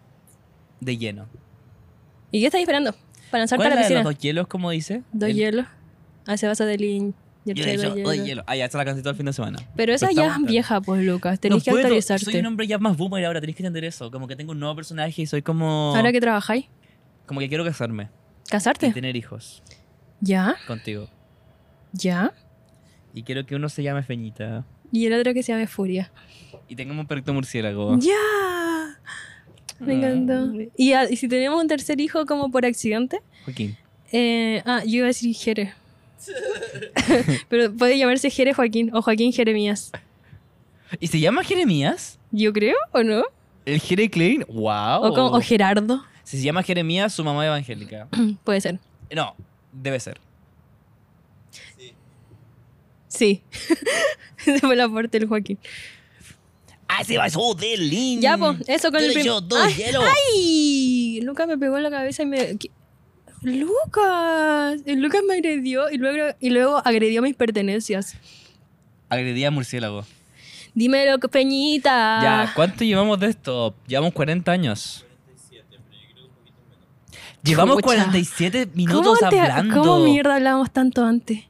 Speaker 1: de lleno.
Speaker 2: ¿Y qué estás esperando? Para lanzarte a
Speaker 1: ¿Cuál es
Speaker 2: la
Speaker 1: la de
Speaker 2: piscina.
Speaker 1: los dos hielos, como dice?
Speaker 2: Dos
Speaker 1: El-
Speaker 2: hielos. Ah, se basa de Lin. y el
Speaker 1: Yo le he
Speaker 2: chai
Speaker 1: dicho,
Speaker 2: dos
Speaker 1: dos
Speaker 2: hielos.
Speaker 1: hielos. Ah, ya, esa la canté todo el fin de semana.
Speaker 2: Pero esa
Speaker 1: Pero
Speaker 2: ya
Speaker 1: estamos-
Speaker 2: es vieja, pues, Lucas. Tenés
Speaker 1: No
Speaker 2: que
Speaker 1: puedo,
Speaker 2: actualizarte.
Speaker 1: Soy un hombre ya más boomer ahora, tenés que entender eso. Como que tengo un nuevo personaje y soy como.
Speaker 2: Ahora que trabajáis,
Speaker 1: Como que quiero casarme y
Speaker 2: casarte.
Speaker 1: tener hijos
Speaker 2: Ya,
Speaker 1: contigo.
Speaker 2: ya.
Speaker 1: Y quiero que uno se llame Feñita.
Speaker 2: Y el otro que se llama Furia.
Speaker 1: Y tengamos un perrito murciélago.
Speaker 2: ¡Ya! Me
Speaker 1: Oh. Ah.
Speaker 2: encantó. Y, ah, y si tenemos un tercer hijo como por accidente.
Speaker 1: Joaquín.
Speaker 2: eh, ah, yo iba a decir Jere. Pero puede llamarse Jere Joaquín o Joaquín Jeremías.
Speaker 1: ¿Y se llama Jeremías?
Speaker 2: Yo creo, ¿o no?
Speaker 1: ¿El Jere Klein? ¡Wow!
Speaker 2: O, como- o Gerardo.
Speaker 1: Si se llama Jeremías, su mamá es evangélica.
Speaker 2: Puede ser.
Speaker 1: No, debe ser.
Speaker 3: Sí.
Speaker 2: Sí. Ese fue el aporte del Joaquín.
Speaker 1: ¡Ah, se basó de Lin!
Speaker 2: Ya, pues, eso con
Speaker 1: Yo le
Speaker 2: el primer.
Speaker 1: echo dos hielos.
Speaker 2: ¡Ay! Lucas me pegó en la cabeza y me. ¿Qué? ¡Lucas! El Lucas me agredió y luego, y luego agredió mis pertenencias.
Speaker 1: Agredí a murciélago.
Speaker 2: Dímelo, Peñita.
Speaker 1: Ya, ¿cuánto llevamos de esto? Llevamos 40 años.
Speaker 3: 47, pero yo creo que un poquito menos.
Speaker 1: Llevamos
Speaker 2: Chucha.
Speaker 1: 47
Speaker 2: ¿Cómo,
Speaker 1: minutos
Speaker 2: te-
Speaker 1: hablando.
Speaker 2: ¿Cómo mierda hablamos tanto antes?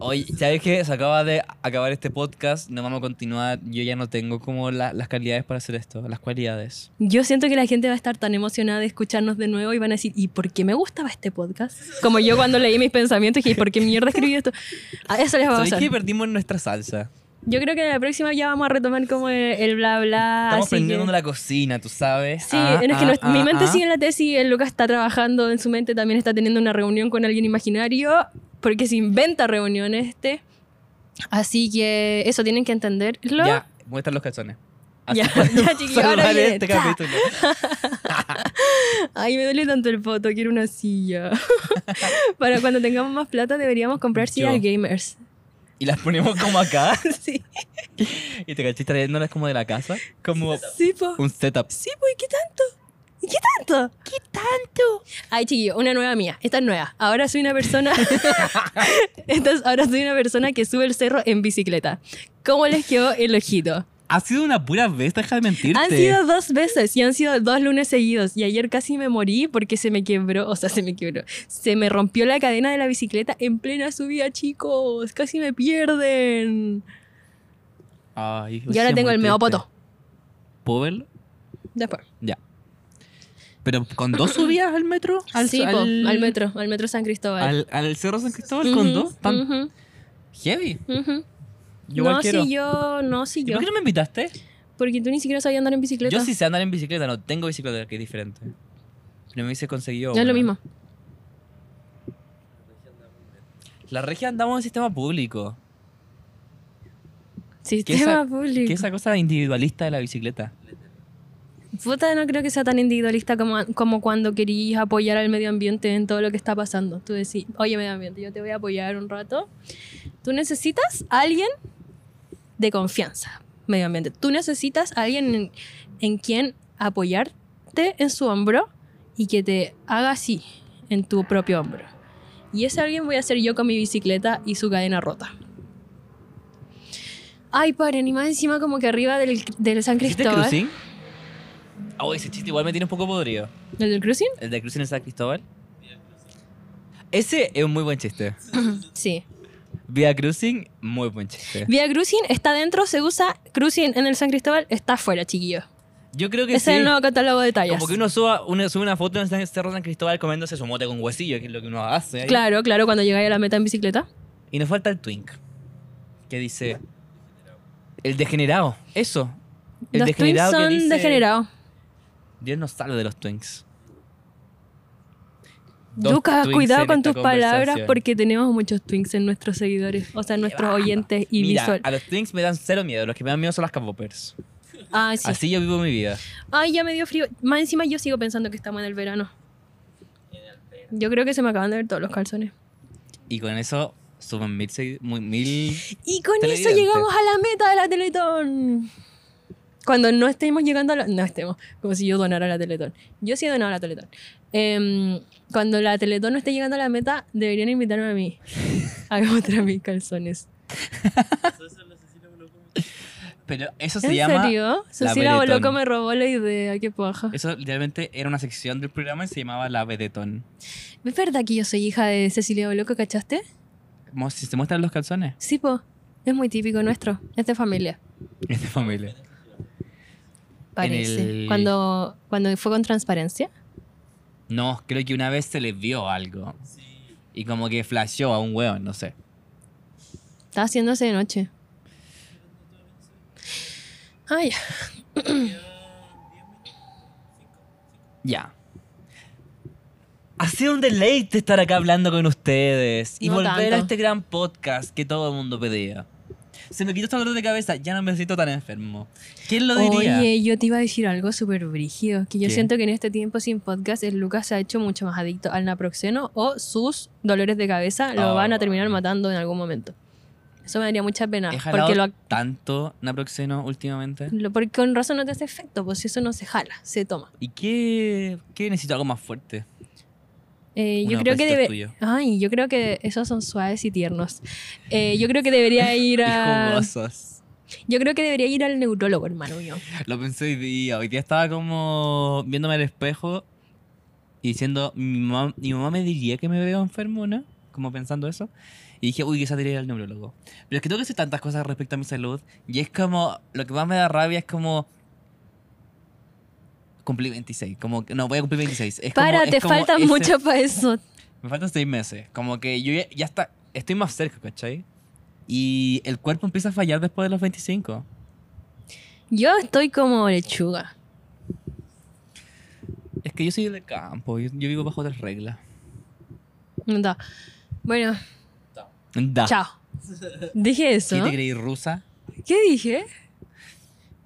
Speaker 1: Oye, ¿sabes qué? Se acaba de acabar este podcast, no vamos a continuar. Yo ya no tengo como la- las calidades para hacer esto, las cualidades.
Speaker 2: Yo siento que la gente va a estar tan emocionada de escucharnos de nuevo y van a decir, ¿y por qué me gustaba este podcast? Como yo cuando leí mis pensamientos dije, ¿y por qué mierda escribí esto? A eso les va a
Speaker 1: ¿Sabes
Speaker 2: pasar.
Speaker 1: qué? Perdimos nuestra salsa.
Speaker 2: Yo creo que en la próxima ya vamos a retomar como el, el bla bla.
Speaker 1: Estamos
Speaker 2: así Ah, que-
Speaker 1: aprendiendo de la cocina, tú sabes.
Speaker 2: Sí,
Speaker 1: Ah,
Speaker 2: es que
Speaker 1: ah,
Speaker 2: nuestra- mi
Speaker 1: ah,
Speaker 2: mente
Speaker 1: ah.
Speaker 2: sigue en la tesis, el Lucas está trabajando en su mente, también está teniendo una reunión con alguien imaginario, porque se inventa reuniones este. Así que eso tienen que entenderlo.
Speaker 1: Ya, muestran los calzones. Así
Speaker 2: Ya,
Speaker 1: podemos
Speaker 2: ya, chiquillo, ahora
Speaker 1: salvar
Speaker 2: viene.
Speaker 1: este
Speaker 2: Ta.
Speaker 1: capítulo.
Speaker 2: Ay, me duele tanto el foto, quiero una silla. Para cuando tengamos más plata deberíamos comprar sillas
Speaker 1: Yo.
Speaker 2: gamers.
Speaker 1: Y las ponemos como acá.
Speaker 2: sí,
Speaker 1: Y te cachis trayéndolas como de la casa. Como
Speaker 2: sí, po.
Speaker 1: un setup.
Speaker 2: Sí, pues, ¿qué tanto? ¿Y qué tanto? ¿Qué tanto? Ay, chiquillo, una nueva mía. Esta es nueva. Ahora soy una persona. Esta es- ahora soy una persona que sube el cerro en bicicleta. ¿Cómo les quedó el ojito?
Speaker 1: Ha sido una pura vez, deja de mentirte.
Speaker 2: Han sido dos veces y han sido dos lunes seguidos. Y ayer casi me morí porque se me quebró. O sea, se me quebró. Se me rompió la cadena de la bicicleta en plena subida, chicos. Casi me pierden.
Speaker 1: Ay,
Speaker 2: Y ahora
Speaker 1: sí,
Speaker 2: tengo
Speaker 1: muy triste.
Speaker 2: el meopoto.
Speaker 1: este. ¿Puedo verlo?
Speaker 2: Después.
Speaker 1: Pero con dos subidas al metro. Al,
Speaker 2: sí, po,
Speaker 1: al-
Speaker 2: al, metro, al metro San Cristóbal.
Speaker 1: Al, al Cerro San Cristóbal con
Speaker 2: Ujú,
Speaker 1: dos. Tan
Speaker 2: ujú,
Speaker 1: heavy.
Speaker 2: ujú.
Speaker 1: Yo
Speaker 2: no,
Speaker 1: igual quiero.
Speaker 2: si yo, no, si
Speaker 1: ¿Y
Speaker 2: yo.
Speaker 1: ¿Por qué no me invitaste?
Speaker 2: Porque tú ni siquiera sabías andar en bicicleta.
Speaker 1: Yo sí sé andar en bicicleta, no tengo bicicleta, que es diferente. Pero me hubiese conseguido.
Speaker 2: Ya es
Speaker 1: una.
Speaker 2: lo mismo.
Speaker 1: La regia andamos en el sistema público.
Speaker 2: Sistema
Speaker 1: esa-
Speaker 2: público.
Speaker 1: Que esa cosa individualista de la bicicleta.
Speaker 2: Puta, no creo que sea tan individualista como, como cuando querías apoyar al medio ambiente en todo lo que está pasando. Tú decís, oye, medio ambiente, yo te voy a apoyar un rato. Tú necesitas a alguien de confianza, medio ambiente. Tú necesitas a alguien en, en quien apoyarte en su hombro y que te haga así, en tu propio hombro. Y ese alguien voy a ser yo con mi bicicleta y su cadena rota. Ay, paren, y más encima como que arriba del, del San
Speaker 1: ¿Hiciste
Speaker 2: Cristóbal.
Speaker 1: cruising? Ah, Oh, ese chiste igual me tiene un poco podrido.
Speaker 2: ¿El del cruising?
Speaker 1: El de cruising en San Cristóbal. Ese es un muy buen chiste.
Speaker 2: Sí.
Speaker 1: Vía cruising, muy buen chiste.
Speaker 2: Vía cruising está dentro, se usa. Cruising en el San Cristóbal está afuera, chiquillo.
Speaker 1: Yo creo que
Speaker 2: Ese
Speaker 1: sí.
Speaker 2: es el nuevo catálogo de tallas.
Speaker 1: Como que uno suba, uno sube una foto en el Cerro San Cristóbal comiéndose su mote con huesillo, que es lo que uno hace. ahí.
Speaker 2: Claro, claro, cuando llegáis a la meta en bicicleta.
Speaker 1: Y nos falta el Twink, que dice. El degenerado, eso. El
Speaker 2: Los
Speaker 1: degenerado
Speaker 2: twins
Speaker 1: que
Speaker 2: son
Speaker 1: dice,
Speaker 2: degenerados.
Speaker 1: Dios nos salve de los Twinks. Dos
Speaker 2: Lucas,
Speaker 1: twinks
Speaker 2: cuidado
Speaker 1: en
Speaker 2: con
Speaker 1: esta
Speaker 2: tus palabras
Speaker 1: conversación.
Speaker 2: porque tenemos muchos twinks en nuestros seguidores, o sea, en nuestros oyentes y
Speaker 1: Mira,
Speaker 2: visual.
Speaker 1: a los Twinks me dan cero miedo. Los que me dan miedo son las Capopers.
Speaker 2: Ah, sí.
Speaker 1: Así yo vivo mi vida.
Speaker 2: Ay, ya me dio frío. Más encima yo sigo pensando que estamos en el verano. Yo creo que se me acaban de ver todos los calzones.
Speaker 1: Y con eso suben mil, segui- muy- mil
Speaker 2: Y con eso
Speaker 1: Televidente.
Speaker 2: llegamos a la meta de la Teletón. Cuando no estemos llegando a la... No estemos, como si yo donara la Teletón. Yo sí he donado la Teletón. Em, cuando la Teletón no esté llegando a la meta, deberían invitarme a mí. A otra mis calzones.
Speaker 3: César le asesina un loco.
Speaker 1: Pero eso se
Speaker 2: ¿En
Speaker 1: llama.
Speaker 2: serio?
Speaker 1: la
Speaker 2: Cecilia Boloco
Speaker 1: Teletón.
Speaker 2: me robó la idea, qué paja.
Speaker 1: Eso literalmente era una sección del programa y se llamaba La Vedetón.
Speaker 2: ¿Es verdad que yo soy hija de Cecilia Boloco, cachaste?
Speaker 1: Mo- Si se muestran los calzones,
Speaker 2: Sí, po. Es muy típico nuestro. Es de familia,
Speaker 1: es de familia.
Speaker 2: parece.
Speaker 1: el-
Speaker 2: Cuando, cuando fue con transparencia.
Speaker 1: No, creo que una vez se les vio algo.
Speaker 3: Sí.
Speaker 1: Y como que flasheó a un hueón, no sé.
Speaker 2: Estaba haciéndose de noche. Ay,
Speaker 1: Ya. Ha sido un deleite estar acá hablando con ustedes y
Speaker 2: No
Speaker 1: volver
Speaker 2: tanto.
Speaker 1: a este gran podcast que todo el mundo pedía. Se me quitó este dolor de cabeza, ya no me siento tan enfermo. ¿Quién lo diría?
Speaker 2: oye, yo te iba a decir algo súper brígido. Que yo
Speaker 1: ¿Qué?
Speaker 2: siento que en este tiempo sin podcast, el Lucas se ha hecho mucho más adicto al naproxeno o sus dolores de cabeza lo
Speaker 1: Oh.
Speaker 2: van a terminar matando en algún momento. Eso me daría mucha pena.
Speaker 1: He jalado
Speaker 2: Porque, lo,
Speaker 1: tanto naproxeno últimamente.
Speaker 2: lo- porque con razón no te hace efecto, pues eso no se jala, se toma.
Speaker 1: ¿Y qué, qué necesito algo más fuerte?
Speaker 2: Eh, yo
Speaker 1: Un
Speaker 2: creo que
Speaker 1: abracito
Speaker 2: debe.
Speaker 1: tuyo.
Speaker 2: Ay, yo creo que esos son suaves y tiernos. Eh, yo creo que debería ir
Speaker 1: Y
Speaker 2: a.
Speaker 1: jugosos.
Speaker 2: Yo creo que debería ir al neurólogo, hermano mío.
Speaker 1: Lo pensé hoy día. Hoy día estaba como viéndome al espejo y diciendo, mi mamá, mi mamá me diría que me veo enfermo, ¿no? Como pensando eso. Y dije, uy, quizás debería ir al neurólogo. Pero es que tengo que hacer tantas cosas respecto a mi salud. Y es como, lo que más me da rabia es como... Cumplí 26. Como, que- no, voy a cumplir 26. Es como-
Speaker 2: Para,
Speaker 1: es
Speaker 2: te
Speaker 1: como
Speaker 2: faltan
Speaker 1: ese-
Speaker 2: mucho para eso.
Speaker 1: Me faltan seis meses. Como que yo ya, ya está, estoy más cerca, ¿cachai? Y el cuerpo empieza a fallar después de los 25.
Speaker 2: Yo estoy como lechuga.
Speaker 1: Es que yo soy del campo, yo, yo vivo bajo otras reglas.
Speaker 2: Da. Bueno,
Speaker 1: Da.
Speaker 2: chao. Dije eso.
Speaker 1: Ah. ¿Qué te
Speaker 2: ¿Qué,
Speaker 1: creí rusa?
Speaker 2: dije?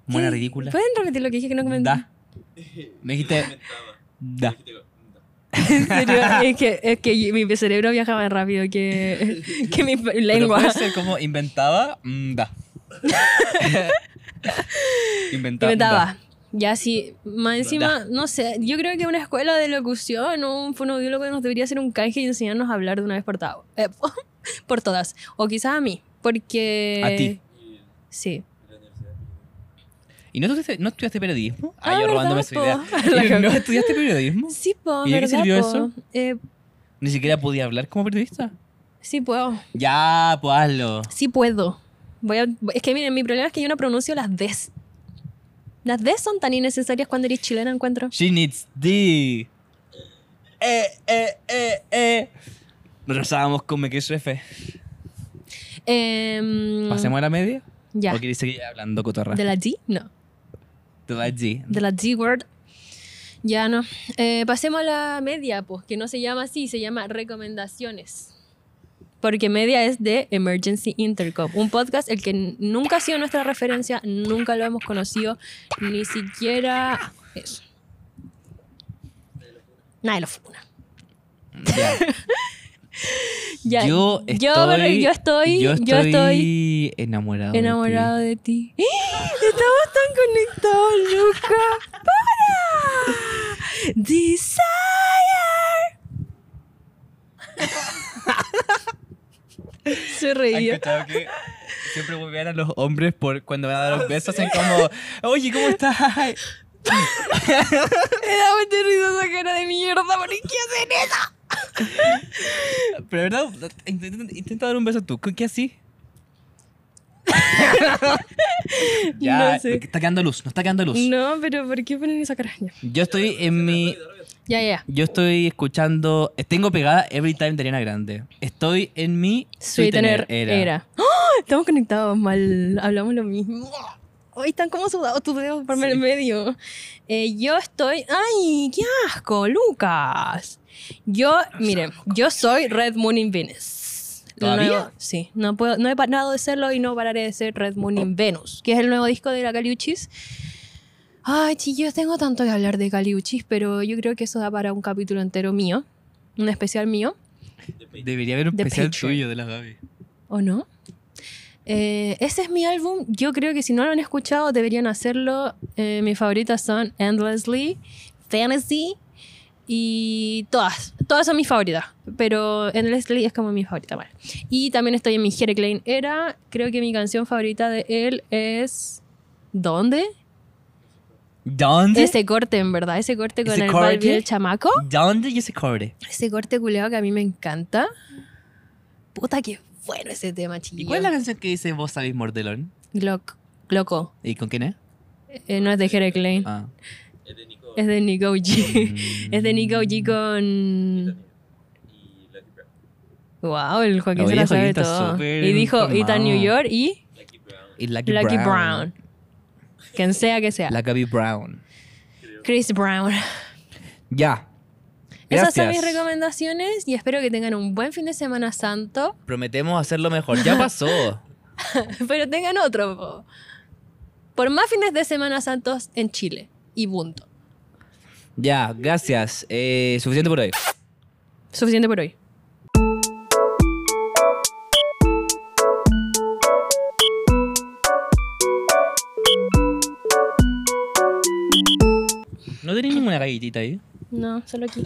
Speaker 1: Buena
Speaker 2: ¿Qué?
Speaker 1: ridícula.
Speaker 2: ¿Pueden repetir lo que dije que no comenté?
Speaker 1: Da. Me dijiste,
Speaker 3: Comentaba.
Speaker 1: da.
Speaker 3: Dijiste, "Mm, da".
Speaker 2: En serio, es que, es que mi cerebro viaja más rápido que, que mi
Speaker 1: Pero pues,
Speaker 2: lengua.
Speaker 1: puede ser como inventada, mm, da. inventada.
Speaker 2: Inventaba.
Speaker 1: da.
Speaker 2: Ya sí, más encima, no sé, yo creo que una escuela de locución o un fonoaudiólogo nos debería hacer un canje y enseñarnos a hablar de una vez por, todas. por todas. O quizás a mí, porque...
Speaker 1: A ti.
Speaker 3: Y en
Speaker 2: Sí.
Speaker 3: la universidad.
Speaker 1: ¿Y no estudiaste, no estudiaste periodismo? Ah,
Speaker 2: Ah,
Speaker 1: yo robándome
Speaker 2: ¿verdad,
Speaker 1: su
Speaker 2: po?
Speaker 1: idea.
Speaker 2: La
Speaker 1: ¿Y
Speaker 2: cagué.
Speaker 1: ¿No estudiaste periodismo?
Speaker 2: Sí, po,
Speaker 1: ¿Y de qué
Speaker 2: ¿verdad,
Speaker 1: sirvió
Speaker 2: po?
Speaker 1: eso?
Speaker 2: Eh,
Speaker 1: Ni siquiera podía hablar como periodista.
Speaker 2: sí puedo.
Speaker 1: Ya, pues hazlo.
Speaker 2: Sí puedo. Voy a- es que miren, mi problema es que yo no pronuncio las Ds. Las Ds son tan innecesarias cuando eres chilena, encuentro.
Speaker 1: She needs D. Eh, eh, eh, eh. Nosotros estábamos con F.
Speaker 2: Em,
Speaker 1: ¿Pasemos a la media?
Speaker 2: Ya.
Speaker 1: ¿O quieres seguir hablando, cotorra?
Speaker 2: ¿De la D? No.
Speaker 1: Te da G.
Speaker 2: De la D-word. Ya no. Eh, pasemos a la media, pues, que no se llama así, se llama recomendaciones. Porque media es de Emergency Intercom, un podcast el que n- nunca ha sido nuestra referencia, nunca lo hemos conocido, ni siquiera eso. Nadie lo funa.
Speaker 1: Ya.
Speaker 2: Ya,
Speaker 1: yo,
Speaker 2: yo-
Speaker 1: estoy,
Speaker 2: yo estoy-
Speaker 1: yo
Speaker 2: yo
Speaker 1: estoy
Speaker 2: estoy
Speaker 1: enamorado. de ti.
Speaker 2: Enamorado de ti. ¡Eh! Estamos tan conectados, Luca. ¡Para! Desire. Se
Speaker 1: ¿Han
Speaker 2: reía.
Speaker 1: cachado que siempre volvían a los hombres por cuando van a dar los besos? Hacen como, oye, ¿cómo estás?
Speaker 2: Era muy terrible esa cara de mierda. ¿Por qué hacen eso?
Speaker 1: Pero, ¿verdad? Intenta, intenta dar un beso tú. ¿Qué así? ya,
Speaker 2: No sé.
Speaker 1: está quedando luz, no está quedando luz.
Speaker 2: No, pero ¿por qué ponen esa cara? Ya,
Speaker 1: Yo estoy en mi.
Speaker 2: ya, ya.
Speaker 1: Yo estoy escuchando. Tengo pegada Every Time de Ariana Grande. Estoy en mi.
Speaker 2: Sweetener
Speaker 1: Sweetener
Speaker 2: era. ¡Ah! Estamos conectados mal. Hablamos lo mismo. Hoy están como sudados tus dedos por el
Speaker 1: Sí.
Speaker 2: medio. Eh, yo estoy. ¡Ay, qué asco, Lucas! Yo, miren, yo soy Red Moon in Venus. Lo
Speaker 1: ¿Todavía?
Speaker 2: nuevo- sí, no, puedo, no he parado de serlo y no pararé de ser Red Moon
Speaker 1: Oh.
Speaker 2: in Venus, que es el nuevo disco de la Caliuchis. Ay, chicos, tengo tanto que hablar de Caliuchis, pero yo creo que eso da para un capítulo entero mío, un especial mío.
Speaker 1: Debería haber un
Speaker 2: The
Speaker 1: especial
Speaker 2: Patriot.
Speaker 1: tuyo de la Gaby.
Speaker 2: ¿O no? Eh, ese es mi álbum. Yo creo que si no lo han escuchado, deberían hacerlo. Eh, mis favoritas son Endlessly, Fantasy y todas. Todas son mis favoritas. Pero Endlessly es como mi favorita. Bueno. Y también estoy en mi Hereclean Era. Creo que mi canción favorita de él es. ¿Dónde?
Speaker 1: ¿Dónde?
Speaker 2: Ese corte, en verdad. Ese corte con
Speaker 1: ¿Ese
Speaker 2: el Balbi y
Speaker 1: corte?
Speaker 2: el chamaco.
Speaker 1: ¿Dónde y ese corte?
Speaker 2: Ese corte culeado que a mí me encanta. Puta, qué bueno ese tema,
Speaker 1: ¿Y
Speaker 2: chiquillo.
Speaker 1: cuál es la canción que dice Vos sabéis mordelón?
Speaker 2: Glock. Gloco.
Speaker 1: ¿Y con quién es?
Speaker 2: Eh, no es de Jere Klein,
Speaker 1: Ah.
Speaker 3: Es de Nico
Speaker 2: es de Nico G.
Speaker 1: Mm.
Speaker 2: es de Nico G con.
Speaker 3: y Lucky Brown.
Speaker 2: Wow, el Joaquín se
Speaker 1: Oye,
Speaker 2: la sabe
Speaker 1: Joaquín está
Speaker 2: todo.
Speaker 1: súper
Speaker 2: Y dijo
Speaker 1: informado.
Speaker 2: Ita New York y
Speaker 3: Lucky Brown.
Speaker 1: Y Lucky,
Speaker 2: Lucky
Speaker 1: Brown.
Speaker 2: Brown. Quien sea que sea.
Speaker 1: La Gaby Brown.
Speaker 2: Chris Brown.
Speaker 1: Ya.
Speaker 2: Esas son mis
Speaker 1: Gracias.
Speaker 2: recomendaciones y espero que tengan un buen fin de semana santo.
Speaker 1: Prometemos hacerlo mejor. Ya pasó.
Speaker 2: Pero tengan otro. po. Por más fines de semana santos en Chile. Y punto.
Speaker 1: ya, gracias. Eh, suficiente por hoy.
Speaker 2: Suficiente por hoy.
Speaker 1: ¿No tenéis ninguna galletita ahí?
Speaker 2: No, solo aquí.